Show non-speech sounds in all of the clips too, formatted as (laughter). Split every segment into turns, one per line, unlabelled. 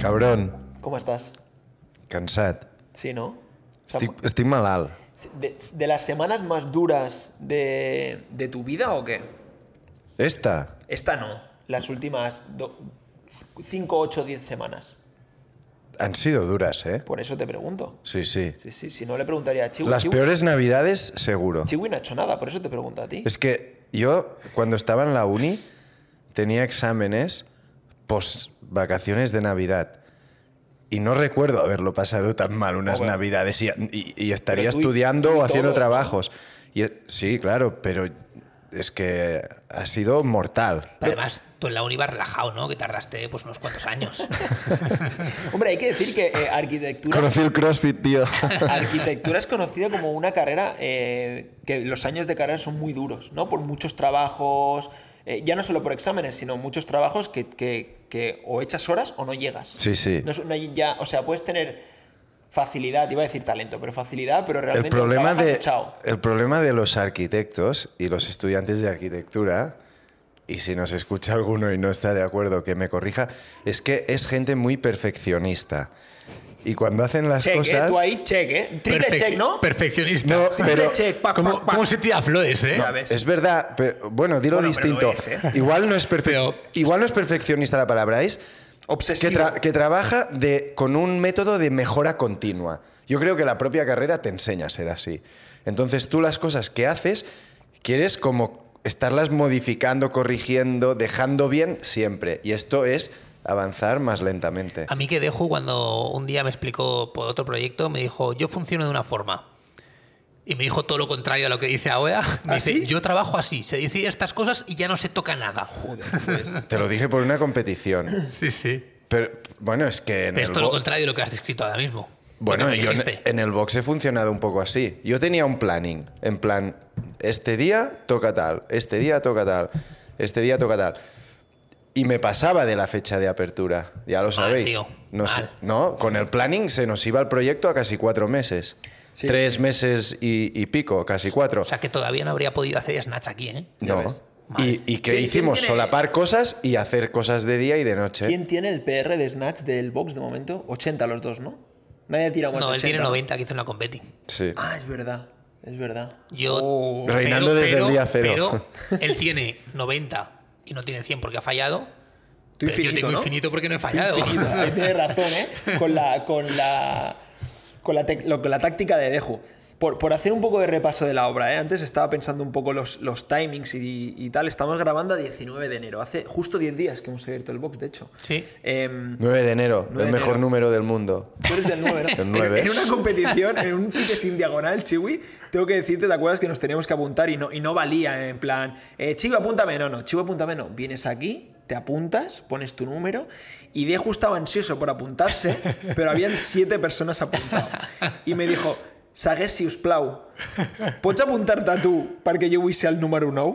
Cabron,
Com estàs?
cansat.
Sí, no?
Estic, estic malalt.
De, de las semanas más duras de, de tu vida o qué?
Esta,
Esta no. Las últimas 5, 8, 10 semanas.
han sido duras, ¿eh?
Por eso te pregunto.
Sí, sí.
Sí, sí, si no le preguntaría a Chiwi.
Las
Chiwi-
peores navidades, seguro.
Chiwi no ha hecho nada, por eso te pregunto a ti.
Es que yo, cuando estaba en la uni, tenía exámenes post vacaciones de Navidad. Y no recuerdo haberlo pasado tan mal unas
Joder.
Navidades y, y- y estaría
Oh, Pero tú y-
estudiando
tú y
o haciendo
todo, ¿no?
trabajos. Y, eh, sí, claro, pero es que ha sido mortal.
Pero además, tú en la uni vas relajado, ¿no? Que tardaste pues unos cuantos años.
Hombre, hay que decir que eh, arquitectura...
Conocí el CrossFit, tío. (laughs)
(laughs) Arquitectura es conocida como una carrera eh, que los años de carrera son muy duros, ¿no? Por muchos trabajos, eh, ya no solo por exámenes, sino muchos trabajos que, que- que o echas horas o no llegas.
Sí, sí.
No es- no hay ya, o sea, puedes tener facilidad, iba a decir talento, pero facilidad, pero
El
realmente o
problema,
trabajas
de,
o chao.
el problema de los arquitectos y los estudiantes de arquitectura, y si nos escucha alguno y no está de acuerdo que me corrija, es que es gente muy perfeccionista. Y cuando hacen las
Check, ¿eh?
cosas...
Tú ahí, check, ¿eh? (laughs) Triple
Perfec-
check, ¿no?
Perfeccionista.
No, pero-
Triple check, pac,
¿Cómo,
pac, pac.
cómo se tira flores, eh?
No. ¿Sabes?
Es verdad, pero bueno, dilo
Bueno, pero
distinto.
lo es, ¿eh?
Igual no es perfe-
Pero-
igual no es perfeccionista la palabra, es que,
Obsesivo.
tra- que trabaja de, con un método de mejora continua. Yo creo que la propia carrera te enseña a ser así. Entonces tú las cosas que haces quieres como estarlas modificando, corrigiendo, dejando bien siempre. Y esto es avanzar más lentamente.
A mí que dejo cuando un día me explicó por otro proyecto, me dijo, yo funciono de una forma. Y me dijo todo lo contrario a lo que dice ahora. Me
¿Ah,
dice,
sí?
yo trabajo así, se dice estas cosas y ya no se toca
(laughs)
nada.
Joder, pues.
Te lo dije por una competición.
Sí, sí.
Pero bueno, es que... en
Pero
el
es todo lo
bo-
contrario de lo que has descrito ahora mismo. Lo
Bueno,
que me
yo en,
dijiste.
en el box he funcionado un poco así. Yo tenía un planning, en plan, este día toca tal, este día toca tal, este día toca tal. Y me pasaba de la fecha de apertura, ya lo sabéis.
tío,
Nos-
mal.
no, con el planning se nos iba el proyecto a casi cuatro meses.
Sí,
Tres
sí.
meses y, y pico, casi cuatro.
O sea que todavía no habría podido hacer Snatch aquí, ¿eh?
no.
ves.
Y, y que
¿Quién-
hicimos
quién tiene-
solapar cosas y hacer cosas de día y de noche.
¿Quién tiene el PR de Snatch del box de momento? 80 los dos, ¿no? Nadie tira más
No,
de
él
80.
tiene 90 que hizo una competi.
Sí.
Ah, es verdad, es verdad.
Yo.
Oh.
Reinando desde el día cero. (laughs)
Pero él tiene 90 y no tiene 100 porque ha fallado.
Tú
pero
infinito,
yo tengo
¿no?
infinito porque no he
Tú
fallado.
infinito. Ahí tienes razón, ¿eh? Con la, con la, con la, tec- lo- con la táctica de Dejo. Por, por hacer un poco de repaso de la obra, ¿eh? Antes estaba pensando un poco los, los timings y, y tal. Estamos grabando a 19 de enero. Hace justo 10 días que hemos abierto el box, de hecho.
(laughs) Sí.
Em,
9 de enero,
9 de
el mejor
enero.
número del mundo.
Tú eres del 9, ¿no?
Del nueve.
En, en una competición, en un cite sin diagonal, Chiwi, tengo que decirte, ¿te acuerdas que nos teníamos que apuntar y no, y no valía? En plan, eh, Chiwi, apúntame. No, no, Chiwi, apúntame. No, vienes aquí, te apuntas, pones tu número y Deju estaba ansioso por apuntarse, pero habían siete personas apuntadas. Y me dijo, Sagué si us plau, pots apuntar-te tu perquè jo vull ser el número 1?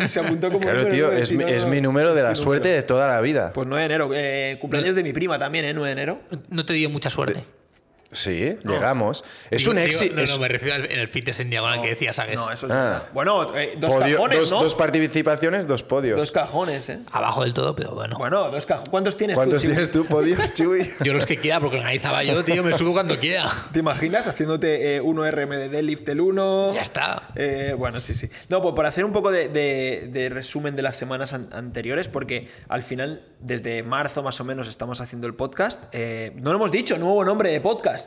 I s'apuntó com a
Claro,
número
tío,
nueve,
es,
si
mi-
no,
es
no,
mi
no,
número de
es
la
tu
suerte
número.
de toda la vida.
Pues 9 de enero, eh, cumpleaños de mi prima también, ¿eh? 9 de enero.
No te dio mucha suerte.
Sí, llegamos. Es
Digo-
un
digo-
éxito.
No,
es-
no, me refiero al en el fitness en diagonal que decías, ¿sabes?
No, eso es
Ah.
verdad. Bueno, eh, dos
podio-
cajones,
dos,
¿no?
dos participaciones, dos podios.
Dos cajones, ¿eh?
Abajo del todo, pero bueno.
Bueno, dos cajones. ¿Cuántos tienes
¿Cuántos
tú, Chico?
tienes tú, podios, Chuy?
Yo los que quiera, porque organizaba yo, tío, me subo cuando quiera.
(laughs)
¿Te imaginas haciéndote eh, 1 RM de deadlift el 1?
Ya está.
Eh, bueno, sí, sí. No, pues para hacer un poco de, de- de resumen de las semanas an- anteriores, porque al final, desde marzo más o menos, estamos haciendo el podcast. Eh, no lo hemos dicho, nuevo nombre de podcast.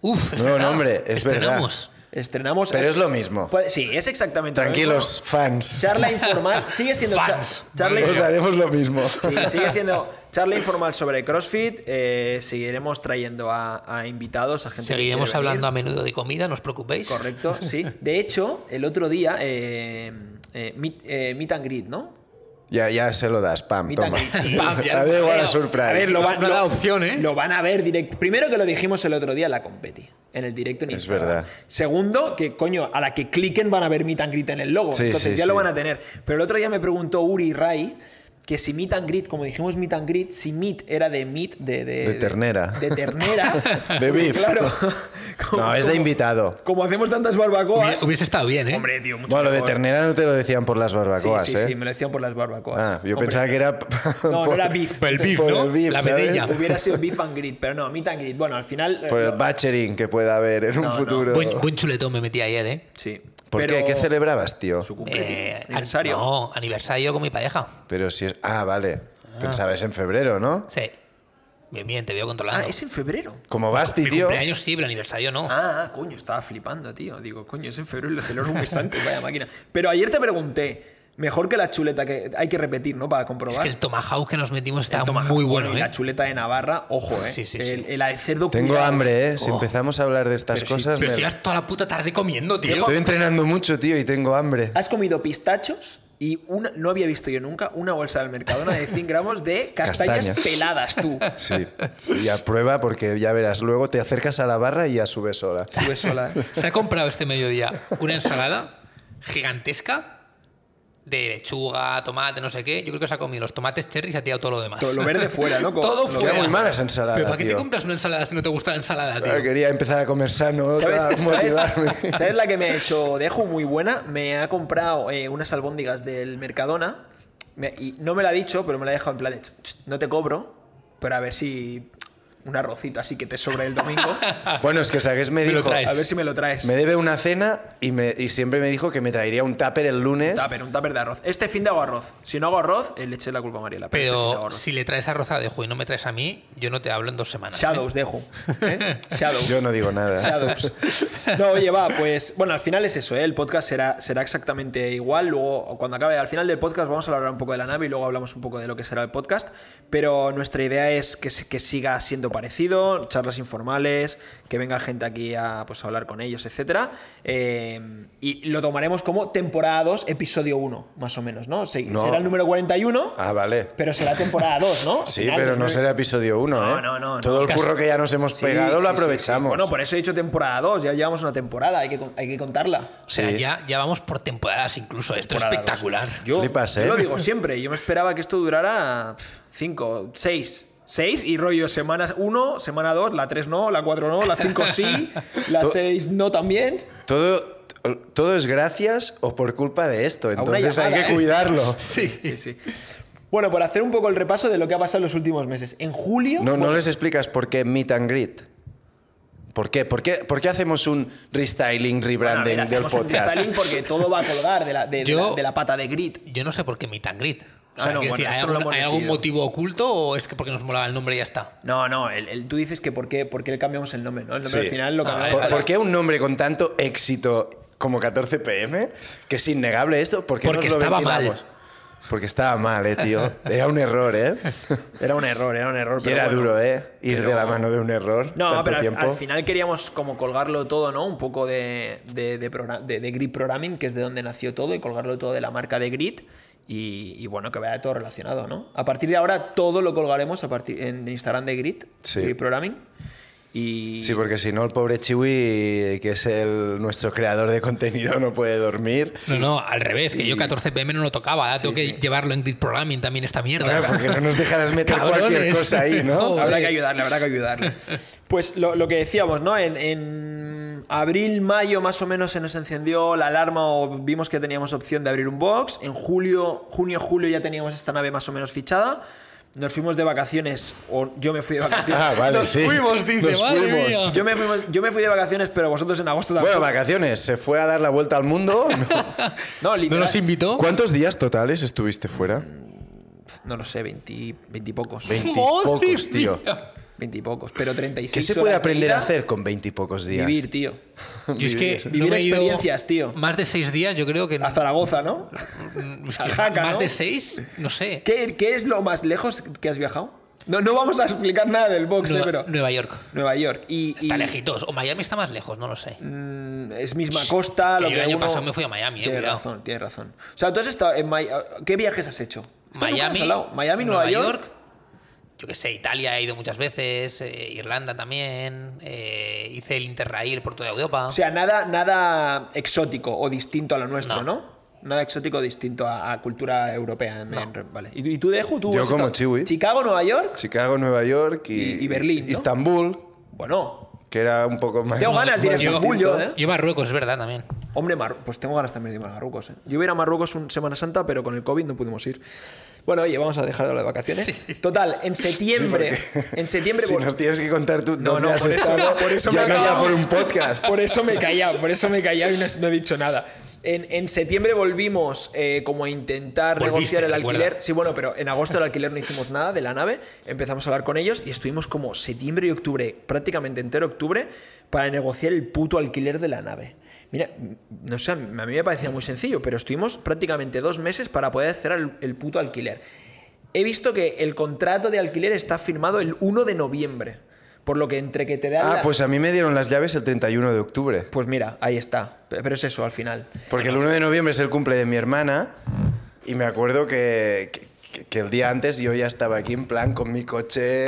Uf, es
Nuevo
verdad.
nombre, es verdad.
Estrenamos.
Estrenamos.
Pero es lo mismo.
Pues sí, es exactamente lo
Tranquilos,
mismo.
fans.
Charla informal. Sigue siendo cha-
Fans.
charla
Os daremos lo mismo.
Sí, sigue siendo charla informal sobre CrossFit. eh, seguiremos trayendo a, a invitados, a gente
Seguiremos
que quiere venir.
hablando a menudo de comida, no os preocupéis.
Correcto, sí. De hecho, el otro día, eh, eh, meet, eh, meet and greet, ¿no?
Ya, ya se lo das, pam,
Meet and
toma.
greet,
(laughs)
sí.
Pam, ya
A ver,
lo
what a
veo.
surprise.
A ver, lo,
No-
va-
no
lo-
da opción, ¿eh?
Lo van a ver directo. Primero que lo dijimos el otro día en la competi, en el directo en
Es
Instagram.
verdad.
Segundo, que coño, a la que cliquen van a ver meet and greet en el logo.
Sí,
Entonces
sí,
ya lo
sí.
van a tener. Pero el otro día me preguntó Uri Rai que si meet and greet, como dijimos meet and greet, si meet era de meet, de... De,
De ternera.
De, ternera.
(laughs) De beef. (laughs)
Claro.
No, es de invitado.
Como hacemos tantas barbacoas...
Hubiese, hubiese estado bien, ¿eh?
Pues, Hombre, tío, mucho
Bueno, lo de
mejor.
ternera no te lo decían por las
Sí,
barbacoas,
sí,
¿eh?
sí, me lo decían por las barbacoas.
Ah, yo
Hombre,
pensaba que era.
No, no era beef.
Por el
(laughs)
beef,
Por
¿no?
el beef,
la
¿sabes?
medella.
Hubiera sido beef and greet, pero no, meet and greet. Bueno, al final... eh,
Por el
no.
butchering que pueda haber en
No, Pues
un
no.
futuro.
Buen, buen chuletón me metí ayer, ¿eh?
Sí.
¿Por
pero-
qué? ¿Qué celebrabas, tío?
Su cumple, tío.
Eh,
Aniversario.
an- No, aniversario con mi pareja.
Pero si es. Ah, vale. Pensabas en febrero, ¿no?
Sí. Bien, bien, te veo
Ah,
controlando.
es en febrero.
Como Basti,
mi
tío.
cumpleaños sí, pero el aniversario no.
Ah, ah, coño, estaba flipando, tío. Digo, coño, es en febrero y lo celebro
(laughs)
un mes antes, vaya máquina. Pero ayer te pregunté, mejor que la chuleta que hay que repetir, ¿no? Para
es
comprobar.
que el tomahawk que nos metimos
El
estaba
tomahawk,
muy bueno,
y
¿eh?
La chuleta de Navarra, ojo, ¿eh?
Sí, sí, sí.
el, el de cerdo
Tengo
cuidado.
hambre, ¿eh? Si
Oh.
empezamos a hablar de estas
Pero sí,
cosas.
Pero
me-
si llevas toda la puta tarde comiendo, tío.
Estoy entrenando mucho, tío, y tengo hambre.
Has comido pistachos y una, no había visto yo nunca una bolsa del Mercadona de 100 gramos de castañas,
(laughs) Castañas.
peladas,
(laughs)
tú.
Sí. Y aprueba porque ya verás. Luego te acercas a la barra y ya subes sola.
Tú es sola. eh.
Se ha comprado este mediodía una ensalada gigantesca de lechuga, tomate, no sé qué. Yo creo que se ha comido los tomates cherry y se ha tirado todo lo demás.
Todo lo verde fuera, ¿no? Como-
(laughs) Todo
lo
fuera.
Queda muy mala esa ensalada,
¿Pero para qué te
tío.
compras una ensalada si no te gusta la ensalada,
Ahora
tío?
Quería empezar a comer sano,
¿Sabes,
a
sabes-
motivarme.
(laughs) sabes la que me ha hecho Dejo muy buena? Me ha comprado eh, unas albóndigas del Mercadona me- y no me la ha dicho, pero me la ha dejado en plan de, "Ch, ch, no te cobro, pero a ver si un arrocito así que te sobra el domingo,
Bueno, es que Sagués me
lo
dijo.
traes.
a ver si me lo traes.
Me debe una cena y, me, y siempre me dijo que me traería un tupper el lunes.
Un tupper, un tupper de arroz. Este fin de hago arroz. Si no hago arroz, eh, le eché la culpa a Mariela. Pero, este fin de hago
Pero
arroz.
si le traes a Rosa de Ju y no me traes a mí, yo no te hablo en dos semanas. ¿eh?
Shadows, Dejo. ¿eh? Shadows.
Yo no digo nada.
Shadows. No, oye, va, pues bueno, al final es eso, ¿eh? el podcast será, será exactamente igual. Luego, cuando acabe, al final del podcast vamos a hablar un poco de la nave y luego hablamos un poco de lo que será el podcast. Pero nuestra idea es que, se- que siga siendo parecido, charlas informales, que venga gente aquí a pues, hablar con ellos, etc. y lo tomaremos como temporada 2, episodio 1, más o menos, ¿no? Se-
No.
Será el número 41,
Ah, vale.
pero será temporada 2, ¿no? Al
Sí,
final,
pero no
2000.
será episodio 1,
No,
¿eh?
no, no,
Todo
no.
el curro que ya nos hemos
Sí,
pegado
sí,
lo
sí, sí.
aprovechamos.
Bueno, por eso he dicho temporada 2, ya llevamos una temporada, hay que, con- hay que contarla.
O sea,
Sí.
ya, ya vamos por temporadas incluso. Esto es
Temporada
espectacular.
dos. Yo,
Flipas,
yo
¿eh?
lo digo siempre, yo me esperaba que esto durara 5, 6. 6 y rollo, semana 1, semana 2, la 3 no, la 4 no, la 5
(laughs)
sí, la
To-
6 no también.
Todo, todo es gracias o por culpa de esto.
una
Entonces hay
llamada,
que
¿eh? (laughs)
cuidarlo.
Sí.
Sí, sí. Bueno, por hacer un poco el repaso de lo que ha pasado en los últimos meses. En julio,
No, no
bueno,
les explicas por qué meet and greet. ¿Por qué? ¿Por qué, por qué hacemos un restyling,
bueno, a ver,
rebranding del
hacemos un
podcast?
restyling porque todo va a colgar de la, de- de
Yo-
la- de la pata de grit.
Yo no sé por qué meet and greet. O
Ah,
sea,
no,
quiero
bueno,
decir, ¿hay,
esto lo
algún,
hemos
hay algún
decidido.
motivo oculto o es que porque nos molaba el nombre y ya está?
No, no, el, el- tú dices que por qué, por qué le cambiamos el nombre, ¿no? El nombre
Sí.
al final lo
Ah,
cambiamos.
vale,
¿Por,
vale.
por qué un nombre con tanto éxito como 14 PM? Que es innegable esto. ¿Por qué
Porque
nos lo
estaba
ventilamos?
mal.
Porque estaba mal,
(laughs)
eh, tío. Era un error, eh.
Era un error, era un error.
Y
pero
era
bueno.
duro, eh. Ir
pero-
de la mano de un error.
No,
tanto
pero al,
tiempo.
al final queríamos como colgarlo todo, ¿no? Un poco de, de, de, progra- de- de Grid Programming, que es de donde nació todo, y colgarlo todo de la marca de Grid. Y, y bueno, que vaya todo relacionado, ¿no? A partir de ahora todo lo colgaremos a partir, en Instagram de Grid,
Sí.
Grid Programming. Y
Sí, porque si no, el pobre Chiwi, que es el, nuestro creador de contenido, no puede dormir.
No, no, al revés, que yo
Y-
14 PM no lo tocaba. ¿eh? Tengo que llevarlo en grid programming también esta mierda.
Claro,
(laughs)
porque no nos dejarás meter
Cabrones.
cualquier cosa ahí, ¿no?
Joder.
habrá que ayudarle, habrá que ayudarle. (laughs) Pues lo, lo que decíamos, ¿no? En, en abril, mayo más o menos se nos encendió la alarma o vimos que teníamos opción de abrir un box. En julio, junio, julio ya teníamos esta nave más o menos fichada. Nos fuimos de vacaciones, o yo me fui
(laughs)
de vacaciones.
Ah, vale,
Nos
sí.
fuimos, dice,
Nos
madre
fuimos.
mía.
Yo me, fui, yo me fui de vacaciones, pero vosotros en agosto también.
Bueno, vacaciones. Se fue a dar la vuelta al mundo.
no,
(laughs) ¿No
literal-
nos invitó?
¿Cuántos días totales estuviste fuera?
no lo sé, 20, 20 y pocos.
Veintipocos, tío.
mía!
20 y pocos, pero 36
¿Qué se puede
horas de
aprender a
ida,
hacer con veintipocos días?
Vivir, tío.
Yo es que no
Vivir
me he ido
experiencias, tío.
Más de seis días, yo creo que. mm,
A Zaragoza, ¿no?
es que
a Jaca,
más
¿no?
de seis, no sé.
¿Qué, qué es lo más lejos que has viajado? No, no vamos a explicar nada del box, eh,
Nueva,
pero.
Nueva York.
Nueva York. Y,
Está
y,
lejitos. O Miami está más lejos, no lo sé.
mm, Es misma costa.
que
Lo
yo
que
el año
uno-
pasado me fui a Miami, eh,
Tienes
cuidado.
razón, tienes razón. O sea, tú has estado en. Mi- ¿Qué viajes has hecho? Esto nunca
Miami,
hemos hablado. Miami, Nueva, York.
Yo qué sé, Italia he ido muchas veces, eh, Irlanda también. eh, hice el Interrail por toda Europa.
O sea, nada, nada exótico o distinto a lo nuestro, ¿no?
No.
Nada exótico distinto a, a cultura europea. me- Vale. ¿Y, tú- y tú, Deju? ¿Tú
Yo
has
como
estado-
Chiwi.
¿Chicago, Nueva York?
Chicago, Nueva York y,
Y- y Berlín, ¿no?
Istambul,
Bueno,
que era un poco más.
Tengo ganas de ir a
más
Estambul
distinto.
yo, ¿eh?
Yo Marruecos, es verdad también.
Hombre, Mar- pues tengo ganas también de ir a Marruecos. ¿eh? Yo iba a ir a Marruecos un Semana Santa, pero con el COVID no pudimos ir. Bueno, oye, vamos a dejar de hablar de vacaciones. Total, en septiembre.
Sí, (laughs) porque-
en septiembre.
Si
por-
nos tienes que contar tú
No,
dónde
no,
has
por eso-
estado,
por eso
ya
me
no ya
acabo-
por un podcast.
Por eso me callaba, por eso me callaba y no, no he dicho nada. En, en septiembre volvimos eh, como a intentar
Volviste,
negociar el
recuerda.
alquiler. Sí, bueno, pero en agosto el alquiler no hicimos nada de la nave. Empezamos a hablar con ellos y estuvimos como septiembre y octubre, prácticamente entero octubre, para negociar el puto alquiler de la nave. Mira, no sé, a mí me parecía muy sencillo, pero estuvimos prácticamente dos meses para poder cerrar el- el puto alquiler. He visto que el contrato de alquiler está firmado el 1 de noviembre. Por lo que entre que te dan.
Ah,
la-
pues a mí me dieron las llaves el 31 de octubre.
Pues mira, ahí está. Pe- Pero es eso al final.
Porque el 1 de noviembre es el cumple de mi hermana y me acuerdo que, que- que el día antes yo ya estaba aquí en plan con mi coche,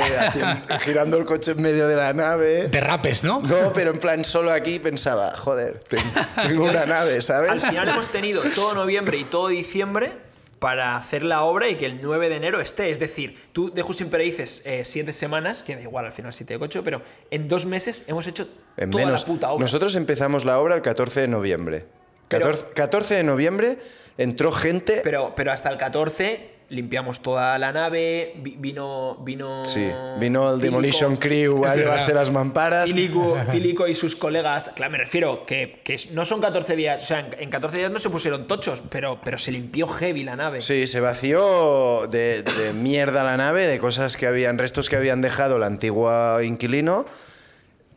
(laughs)
haciendo- girando el coche en medio de la nave.
Derrapes, ¿no?
No, pero en plan solo aquí pensaba, joder, te-
(laughs)
tengo una nave,
Al
¿sabes?
final hemos tenido todo noviembre y todo diciembre para hacer la obra y que el 9 de enero esté. Es decir, tú, Deju, siempre dices eh, siete semanas, que da igual al final 7 o 8, pero en dos meses hemos hecho
(laughs) En
toda
menos.
la puta obra.
Nosotros empezamos la obra el 14 de noviembre.
Pero-
14, 14 de noviembre entró gente.
Pero, pero hasta el 14 limpiamos toda la nave, vi- vino. vino
sí, vino el
Tílico.
Demolition Crew a
(laughs)
Es
llevarse
verdad.
las mamparas.
Tílico, Tílico y sus colegas, claro, me refiero que, que no son 14 días, o sea, en, en 14 días no se pusieron tochos, pero, pero se limpió heavy la nave.
Sí, se vació de, de mierda la nave, de cosas que habían, restos que habían dejado el antiguo inquilino.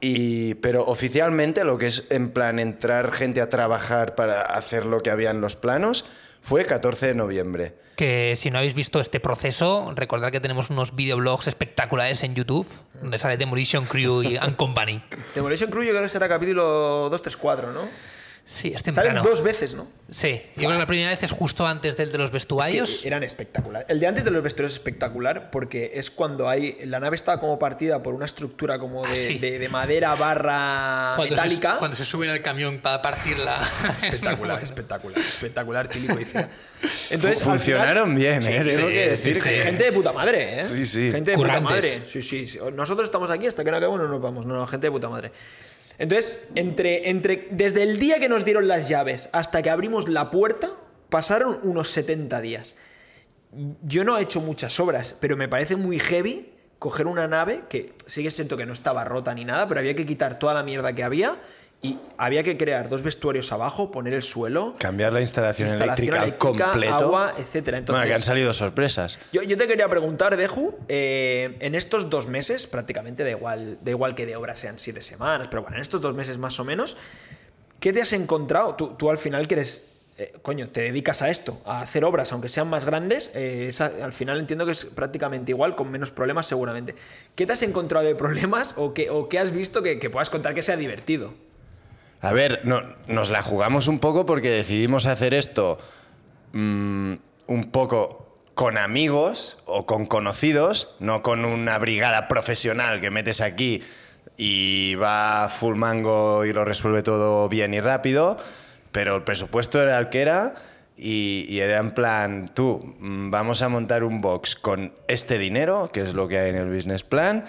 Y, pero oficialmente lo que es en plan entrar gente a trabajar para hacer lo que habían los planos fue 14 de noviembre.
Que si no habéis visto este proceso, recordad que tenemos unos videoblogs espectaculares en YouTube donde sale Demolition Crew
(laughs)
y and Company.
Demolition Crew yo creo que será capítulo 234, ¿no?
Sí, es temprano.
Salen dos veces, ¿no?
Sí, yo creo que la primera vez es justo antes del de los vestuarios.
Que eran espectacular. El de antes de los vestuarios es espectacular porque es cuando hay. La nave estaba como partida por una estructura como de,
Ah, sí.
de- de madera barra
cuando
metálica.
Se, cuando se suben al camión para (laughs) partirla.
(laughs)
Espectacular, espectacular, espectacular, Tílico y Cea. Entonces, al final-
Funcionaron bien, ¿eh?
Sí,
Tengo
sí,
que
sí,
decir
sí.
que
Gente de puta madre, ¿eh?
Sí, sí.
Gente de puta
Currantes.
madre. Sí, sí, sí. Nosotros estamos aquí hasta que no acabemos, no nos vamos. No, no, gente de puta madre. Entonces, entre, entre, desde el día que nos dieron las llaves hasta que abrimos la puerta, pasaron unos 70 días. Yo no he hecho muchas obras, pero me parece muy heavy coger una nave que sí que es cierto que no estaba rota ni nada, pero había que quitar toda la mierda que había y había que crear dos vestuarios abajo, poner el suelo,
cambiar la instalación,
Instalación
eléctrica, al
eléctrica,
completo.
agua, etcétera. Entonces-
Bueno, que han salido sorpresas.
yo, yo te quería preguntar, Deju, eh, en estos dos meses, prácticamente da igual, da igual que de obra sean siete semanas, pero bueno, en estos dos meses más o menos, ¿qué te has encontrado? Tú, tú al final que eres, eh, coño, te dedicas a esto, a hacer obras, aunque sean más grandes, eh, es a- al final entiendo que es prácticamente igual, con menos problemas seguramente. ¿Qué te has encontrado de problemas o qué, o qué has visto que, que puedas contar que sea divertido?
A ver, no- nos la jugamos un poco porque decidimos hacer esto mm, un poco con amigos o con conocidos, no con una brigada profesional que metes aquí y va full mango y lo resuelve todo bien y rápido, pero el presupuesto era el que era y, y era en plan, tú, mm, vamos a montar un box con este dinero, que es lo que hay en el business plan,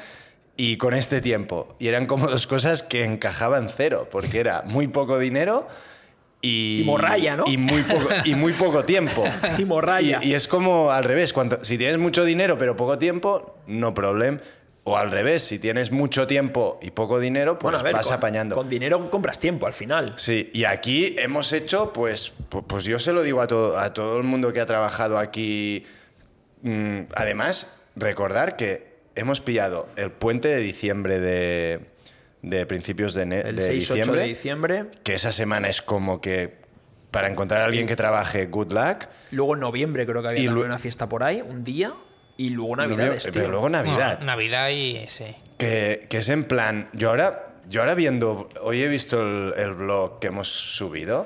y con este tiempo. Y eran como dos cosas que encajaban cero, porque era muy poco dinero y,
Y morralla, ¿no?
Y muy poco, y muy
(laughs)
poco tiempo.
Y morralla.
Y, y es como al revés. cuanto- si tienes mucho dinero pero poco tiempo, no problem. O al revés, si tienes mucho tiempo y poco dinero, pues vas
con-
apañando.
Con dinero compras tiempo al final.
Sí, y aquí hemos hecho, pues, pu- pues yo se lo digo a todo, a todo el mundo que ha trabajado aquí. Mm, Además, recordar que hemos pillado el puente de diciembre de, de principios de, ene-
El
de
6-8
diciembre
de diciembre.
que esa semana es como que para encontrar a alguien que trabaje, good luck.
Luego en noviembre creo que había
Y
también
lue-
una fiesta por ahí, un día. Y luego
Novie-
Navidades, tío.
pero luego Navidad.
No, Navidad y sí.
Que, que es en plan, yo ahora, yo ahora viendo, hoy he visto el, el blog que hemos subido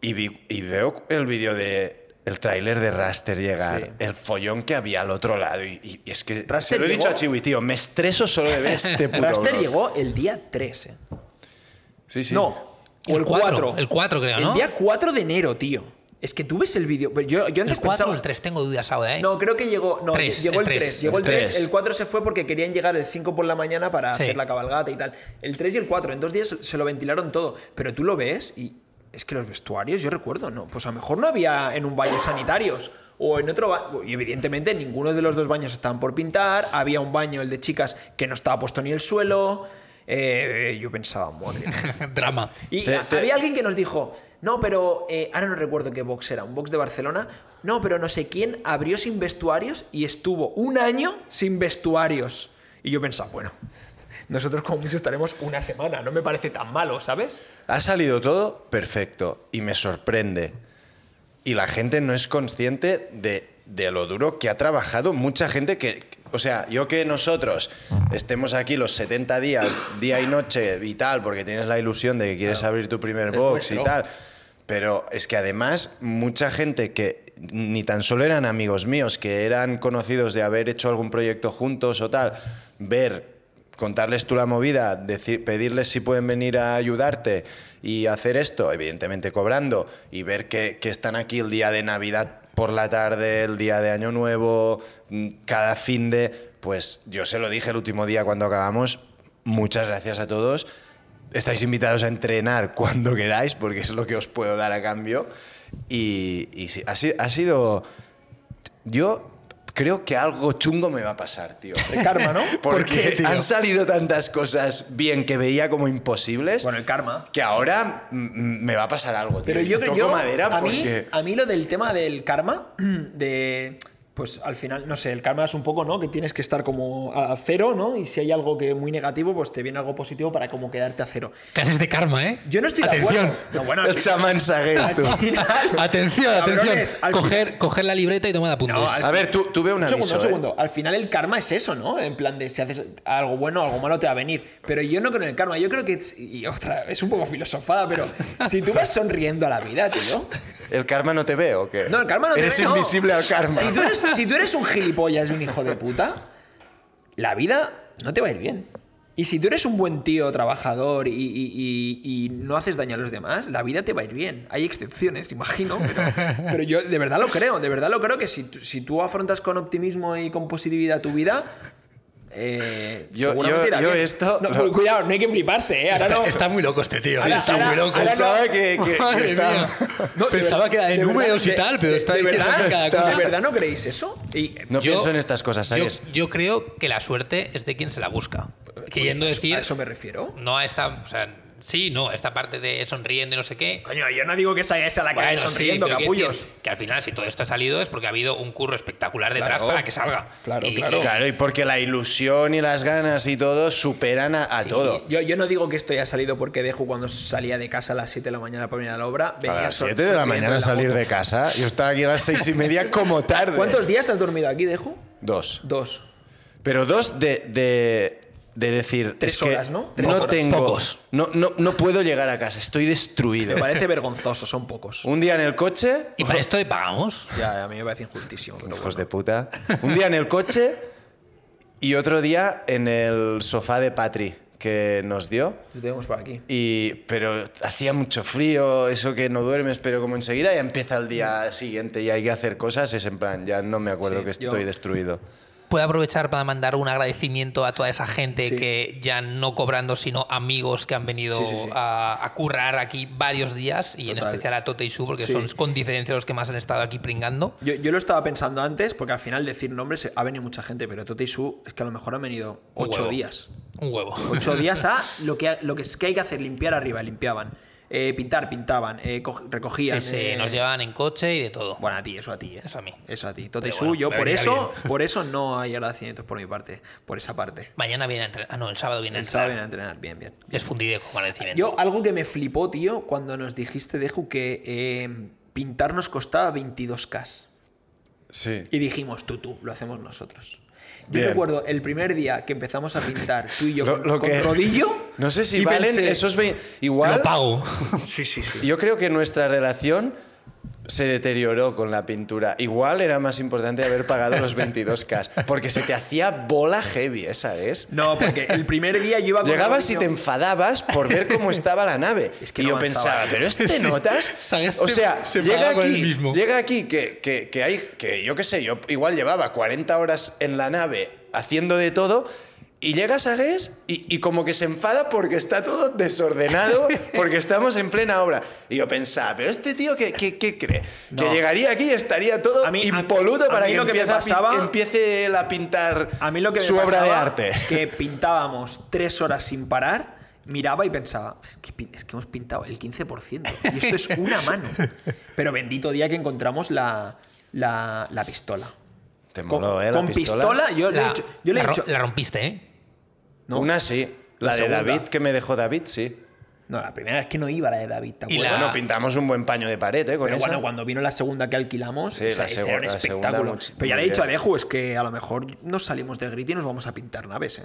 y, vi- y veo el vídeo de el tráiler de Raster llegar,
Sí.
el follón que había al otro lado. Y, y- y es que se
Raster
lo he dicho
llegó.
a Chiwi, tío, me estreso solo de ver
(laughs)
este puto
Raster
blog.
llegó el día 13.
Sí, sí.
No, o
El
el
eh. cuatro,
4.
el cuatro creo, ¿no?
El día 4 de enero, tío. Es que tú ves el vídeo. pero Yo, yo antes
¿El 4 o
pensaba.
el 3? Tengo dudas ahora, ¿eh?
No, creo que llegó. No,
Tres,
llegó el 3.
el tres.
Llegó el
El
3.
tres.
El 4 se fue porque querían llegar el 5 por la mañana para
Sí.
hacer la cabalgata y tal. El 3 y el 4. En dos días se lo ventilaron todo. Pero tú lo ves y es que los vestuarios, yo recuerdo, no. Pues a lo mejor no había en un baño sanitarios. O en otro baño. Y evidentemente ninguno de los dos baños estaban por pintar. Había un baño, el de chicas, que no estaba puesto ni el suelo. Eh, yo pensaba, madre mía.
(laughs) Drama.
Y
Te-
a-
te-
había alguien que nos dijo, no, pero eh, ahora no recuerdo qué box era, un box de Barcelona, no, pero no sé quién abrió sin vestuarios y estuvo un año sin vestuarios. Y yo pensaba, bueno, nosotros como mucho estaremos una semana, no me parece tan malo, ¿sabes?
Ha salido todo perfecto y me sorprende. Y la gente no es consciente de, de lo duro que ha trabajado mucha gente que... O sea, yo que nosotros estemos aquí los 70 días, día y noche y tal, porque tienes la ilusión de que quieres abrir tu primer
Es
box y
vuestro.
tal. Pero es que además mucha gente que ni tan solo eran amigos míos, que eran conocidos de haber hecho algún proyecto juntos o tal, ver, contarles tú la movida, decir, pedirles si pueden venir a ayudarte y hacer esto, evidentemente cobrando, y ver que, que están aquí el día de Navidad por la tarde, el día de Año Nuevo, mm, cada fin de... Pues yo se lo dije el último día cuando acabamos, muchas gracias a todos. Estáis invitados a entrenar cuando queráis, porque es lo que os puedo dar a cambio. Y, y sí, ha, si- ha sido. Yo creo que algo chungo me va a pasar,
(laughs)
tío.
El karma,
(laughs)
¿no?
Porque
qué, tío?
han salido tantas cosas bien que veía como imposibles.
(laughs) Bueno, el karma.
que ahora mm, me va a pasar algo, tío.
Pero yo
Y
creo
Toco
yo,
madera
a, mí,
porque.
a mí lo del tema del karma, (clears throat) de. Pues al final, no sé, el karma es un poco, ¿no? Que tienes que estar como a cero, ¿no? Y si hay algo que muy negativo, pues te viene algo positivo para como quedarte a cero.
Clases de karma, ¿eh?
Yo no estoy de
Atención.
acuerdo. No, bueno,
(laughs)
al
el chamán Sagués, tú.
final- al final- (laughs)
Atención,
Cabrones,
atención.
al
Coger, coger la libreta y tomar apuntes.
No, al-
A ver, tú, tuve (laughs)
Un
un aviso.
segundo, un
¿eh?
segundo. Al final el karma es eso, ¿no? En plan de si haces algo bueno, algo malo te va a venir. Pero yo no creo en el karma. Yo creo que... es- Y otra, es un poco filosofada,
(laughs)
pero si tú vas sonriendo a la vida, tío...
¿El karma no te ve o qué?
No, el karma no te
Eres
ve, no.
invisible al karma.
Si tú, eres, si tú eres un gilipollas y un hijo de puta, la vida no te va a ir bien. Y si tú eres un buen tío, trabajador y, y- y- y no haces daño a los demás, la vida te va a ir bien. Hay excepciones, imagino, pero, pero yo de verdad lo creo, de verdad lo creo que si, tú- si tú afrontas con optimismo y con positividad tu vida... eh,
Yo-
seguramente
yo-
irá
yo
bien.
esto
No,
lo-
Cuidado, no hay que fliparse, ¿eh? Ahora
está,
no-
está muy loco este tío.
Sí,
¿eh?
sí.
está muy loco.
Ahora
Pensaba
que- que- que
(laughs) Madre
está-
mía.
no, de
Pensaba
verdad-
que era de,
de verdad-
números
de-
y tal, pero
de-
está
de
diciendo
verdad-
cada
está-
cosa.
¿De verdad no creéis eso? Y,
No
Yo-
pienso en estas cosas,
yo,
¿sabes?
yo creo que la suerte es de quien se la busca. Queriendo decir,
A Pues eso me refiero.
no a esta. O sea, sí, no, a esta parte de sonriendo y no sé qué.
Coño, yo no digo que esa es a la que
Bueno,
hay
sí,
sonriendo,
pero quiero
capullos.
decir que al final, si todo esto ha salido, es porque ha habido un curro espectacular detrás
Claro.
para que salga.
Claro,
Y-
claro.
Claro, y porque la ilusión y las ganas y todo superan a, a todo.
Yo, yo no digo que esto haya salido porque dejo cuando salía de casa a las 7 de la mañana para venir a la obra. Venía
A las
son-
7 de la
sonriendo en
mañana salir
moto.
de casa. Yo estaba aquí a las 6 y media como tarde.
¿Cuántos días has dormido aquí, Dejo?
Dos.
Dos.
Pero dos de, de, de decir.
Tres
es que
horas, ¿no? Tres
no
horas.
tengo.
Pocos.
No, no, no puedo llegar a casa, estoy destruido.
Me parece vergonzoso, son
(laughs)
pocos.
Un día en el coche.
¿Y para esto le pagamos?
Ya, a mí me parece injustísimo. pero
Hijos de puta. Un día en el coche y otro día en el sofá de Patri que nos dio.
Lo tenemos por aquí.
Y, pero hacía mucho frío, eso que no duermes, pero como enseguida ya empieza el día siguiente y hay que hacer cosas, es en plan, ya no me acuerdo
Sí,
que
yo-
estoy destruido.
Puedo aprovechar para mandar un agradecimiento a toda esa gente
Sí.
que ya no cobrando, sino amigos que han venido
Sí, sí, sí.
A, a currar aquí varios días y en
Total.
especial a Tote y Su, porque
Sí.
son con diferencia los que más han estado aquí pringando.
Yo, yo lo estaba pensando antes, porque al final decir nombres eh, ha venido mucha gente, pero Tote y Su es que a lo mejor han venido
Un
ocho
huevo.
días.
Un huevo. (laughs)
Ocho días a lo que, lo que es que hay que hacer, limpiar arriba, limpiaban. Eh, pintar, pintaban, eh, co- recogían.
Sí, sí,
eh,
nos llevaban en coche y de todo.
Bueno, a ti, eso a ti, ¿eh?
Eso a mí.
Eso a ti. Tote y
Pero
su,
bueno,
yo
me
por
venía
eso, por eso no hay agradecimientos por mi parte, por esa parte.
Mañana viene a entrenar. Ah, no, el sábado viene a
El
entrenar.
sábado viene a entrenar, bien, bien.
Es fundido con agradecimiento.
Yo, algo que me flipó, tío, cuando nos dijiste, Deju, que eh, pintar nos costaba 22k.
Sí.
Y dijimos, tú, tú, lo hacemos nosotros. Yo
Bien.
recuerdo el primer día que empezamos a pintar tú y yo
(laughs) Lo-
con,
lo
con
que-
rodillo.
(laughs) No sé si
y
valen
pensé,
esos 20. Igual.
Lo pago.
Sí, sí, sí.
Yo creo que nuestra relación se deterioró con la pintura. Igual era más importante haber pagado los 22K, porque se te hacía bola heavy, esa es.
(laughs) No, porque el primer día yo iba con
Llegabas y
Robinho-
te enfadabas por
(laughs)
ver cómo estaba la nave.
Es que
y
no
yo
avanzaba.
pensaba, pero este notas.
¿Sabes?
este
O
Se-
sea,
se
llega
enfadaba con
aquí,
él mismo.
llega aquí que, que- que hay, que yo qué sé, yo igual llevaba 40 horas en la nave haciendo de todo. Y llegas a Gues y, y como que se enfada porque está
(laughs)
todo desordenado, porque estamos en plena obra. Y yo pensaba, pero este tío, ¿qué, qué- qué cree?
No.
Que llegaría aquí y estaría todo
A mí- a-
impoluto
a
para
mí
que,
lo que me
empieza a pi-
pasaba-
empiece él a pintar
A mí lo que me
su obra de
pasaba,
arte.
(laughs) Que pintábamos tres horas sin parar, miraba y pensaba, es que, pin- es que hemos pintado el 15%. Y esto es una
(laughs)
mano. Pero bendito día que encontramos la, la, la pistola.
Te
Con,
moló, ¿eh? La
con pistola, yo le he
La-
dicho. Yo le he
la ro-
dicho
la rompiste, ¿eh?
¿no?
Una sí. La,
La
de
segunda.
David, que me dejó David, sí.
no, la primera es que no iba la de David, ¿te
Y
acuerdas?
la-
Bueno, pintamos un buen paño de pared, ¿eh?
Ah.
Con
Pero
esa.
bueno, cuando vino la segunda que alquilamos,
Sí,
esa-
la
ese
segu-
era un
la segunda
espectáculo.
much-
Pero ya le he
muy
dicho a
bien.
Deju, es que a lo mejor nos salimos de Grit y nos vamos a pintar naves, ¿eh?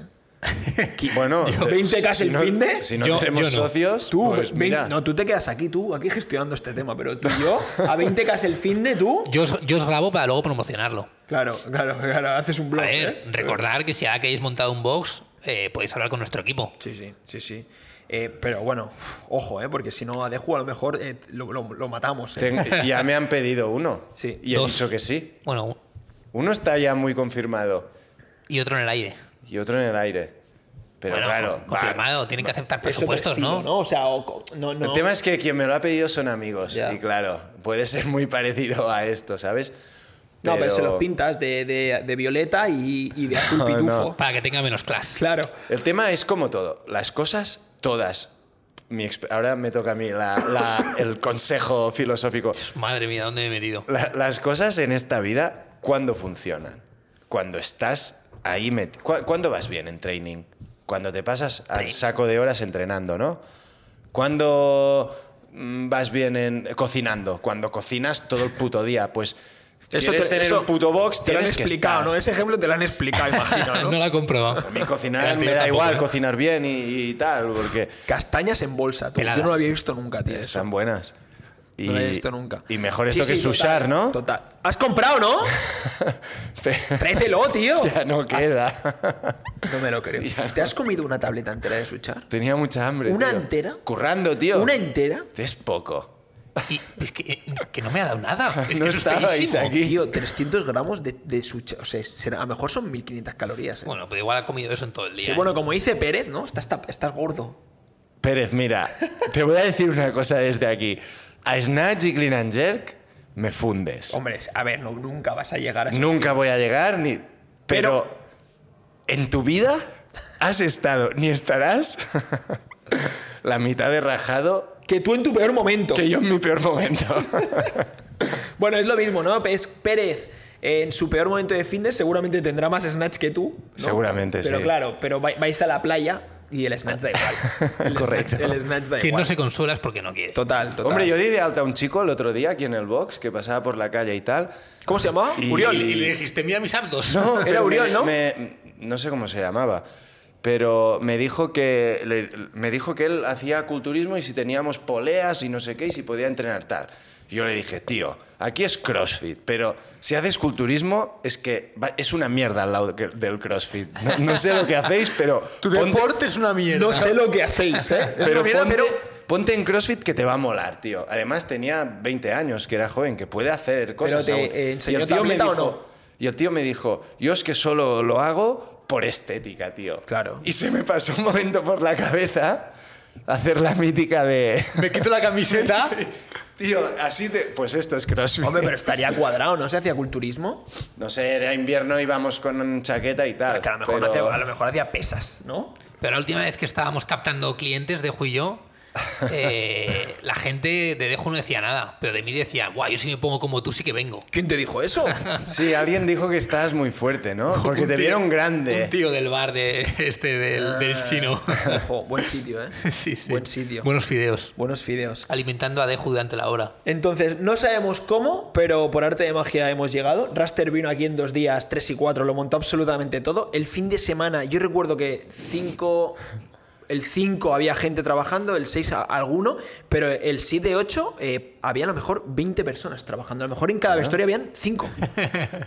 Qui-
Bueno,
20K
si
el
no-
fin de-
Si no
Yo-
tenemos
yo no.
socios,
Tú,
pues
vein-
mira.
no, tú te quedas aquí, tú, aquí gestionando este tema, pero tú y yo, a 20k el fin de tú.
Yo os, yo os grabo para luego promocionarlo.
Claro, claro, claro, haces un
A
blog.
ver,
¿eh?
recordar que si ahora que hayáis montado un box, eh, podéis hablar con nuestro equipo.
Sí, sí, sí, sí. Eh, pero bueno, uf, ojo, ¿eh? porque si no a Deju a lo mejor eh, lo, lo- lo matamos. ¿eh? (laughs)
Ten- ya me han pedido uno.
Sí.
Y he
Dos.
dicho que sí.
Bueno,
Uno está ya muy confirmado
y otro en el aire.
y otro en el aire. Pero
bueno,
claro, va.
confirmado, tienen que aceptar
Eso por
presupuestos,
estilo,
¿no?
O sea, o co- no, no.
El tema es que quien me lo ha pedido son amigos.
Ya.
Y claro, puede ser muy (laughs) parecido a esto, ¿sabes?
No, pero se los pintas de, de- de violeta y, y de (laughs) azul
No, no.
pitufo.
Para que tenga menos clase.
Claro.
El tema es como todo. Las cosas, todas. Mi exp- Ahora me toca a mí la- la- el consejo filosófico.
Madre mía, ¿dónde me he metido?
La- las cosas en esta vida, ¿cuándo funcionan? Cuando estás ahí met- ¿Cu- ¿Cuándo vas bien en training? Cuando te pasas al saco de horas entrenando, ¿no? ¿Cuándo mm, vas bien en cocinando? Cuando cocinas todo el puto día, pues quieres tener
eso
un puto box,
te lo han
tienes que
explicado,
estar.
¿no? Ese ejemplo te lo han explicado, imagino, ¿no?
(laughs) No la he comprobado.
A mí
El
cocinar me
anterior
da
tampoco,
igual
¿eh?
cocinar bien y, y tal, porque
Castañas en bolsa, tú. Yo no lo
Peladas.
había visto nunca, tío. eso.
están buenas. Y,
No lo había visto nunca.
Y mejor
Sí,
esto que
sí, total,
sushar, ¿no?
Total. ¿Has comprado,
(laughs)
no? (laughs) Tráetelo, tío.
ya (laughs) no queda.
No
(laughs)
me lo creo. ¿Te has comido una tableta entera de suchar?
Tenía mucha hambre.
¿Una
tío.
entera?
Currando, tío.
¿Una entera?
Es poco.
Y es que, eh, que no me ha dado nada. Es
No
que eso es
estabais
feísimo.
aquí.
Tío, 300 gramos de, de suchar. O sea, será- a lo mejor son 1500 calorías. ¿eh?
Bueno, pues igual ha comido eso en todo el día.
Sí,
¿eh?
bueno, como dice Pérez, ¿no? Estás, tap- estás gordo.
Pérez, mira, te voy a decir una cosa desde aquí. A Snatch y Clean and Jerk me fundes.
Hombre, a ver, no, nunca vas a llegar a eso.
Nunca voy a llegar ni. Pero, en tu vida has estado ni estarás (laughs) la mitad de rajado
Que tú en tu peor momento.
que yo en mi peor momento.
Bueno, es lo mismo, ¿no? Es Pérez eh, en su peor momento de fitness seguramente tendrá más snatch que tú. ¿no?
Seguramente,
pero
sí.
claro, pero vai- vais a la playa y el snatch da
(laughs)
igual. El
Correcto.
snatch- el snatch da
que
igual.
no se consuela es porque no quiere.
Total, total.
Hombre, yo di de alta a un chico el otro día aquí en el box que pasaba por la calle y tal.
¿Cómo se llamaba?
Y-
Y, y le dijiste, mira mis abdos. (laughs)
(laughs)
No,
Era
pero me-
Uriol, ¿no?
me- no sé cómo se llamaba. Pero me dijo, que, le- me dijo que él hacía culturismo y si teníamos poleas y no sé qué y si podía entrenar tal. Yo le dije, tío, aquí es CrossFit, pero si haces culturismo es que va- es una mierda al lado que- del CrossFit. No, no sé lo que hacéis,
(laughs)
pero ponte,
es una mierda.
No sé lo que hacéis, ¿eh? Es
pero,
una mierda,
ponte, ponte en CrossFit que te va a molar, tío. Además tenía 20 años, que era joven, que puede hacer cosas.
te,
aún.
eh, enseñó tableta
dijo,
o no?
y el tío me dijo, yo es que solo lo hago por estética, tío.
Claro.
Y se me pasó un momento por la cabeza hacer la mítica de...
(laughs)
Me quito la camiseta.
Tío, así te... Pues esto es CrossFit.
Hombre, pero estaría cuadrado, ¿no? Se hacía culturismo.
No sé, era invierno, íbamos con chaqueta y tal.
Que a lo mejor,
pero-
hacía, a lo mejor hacía pesas, ¿no?
Pero la última vez que estábamos captando clientes, Dejo
(laughs)
y yo, eh, la gente de Dejo no decía nada, pero de mí decía, guau, yo si me pongo como tú sí que vengo.
¿Quién te dijo eso?
Sí, alguien dijo que estabas muy
(laughs)
fuerte, ¿no? Porque
Un
te
tío-
vieron grande.
Un tío del bar de este del, (laughs) del chino. (laughs)
Ojo, buen sitio, ¿eh?
Sí, sí.
Ah. Buen sitio.
Buenos fideos.
Buenos fideos.
Alimentando a Deju durante la hora.
Entonces, no sabemos cómo, pero por arte de magia hemos llegado. Raster vino aquí en dos días, tres y cuatro, lo montó absolutamente todo. El fin de semana, yo recuerdo que cinco. El 5 había gente trabajando, el 6 a- alguno, pero el 7, 8 había a lo mejor 20 personas trabajando. A lo mejor en cada vestuario habían 5.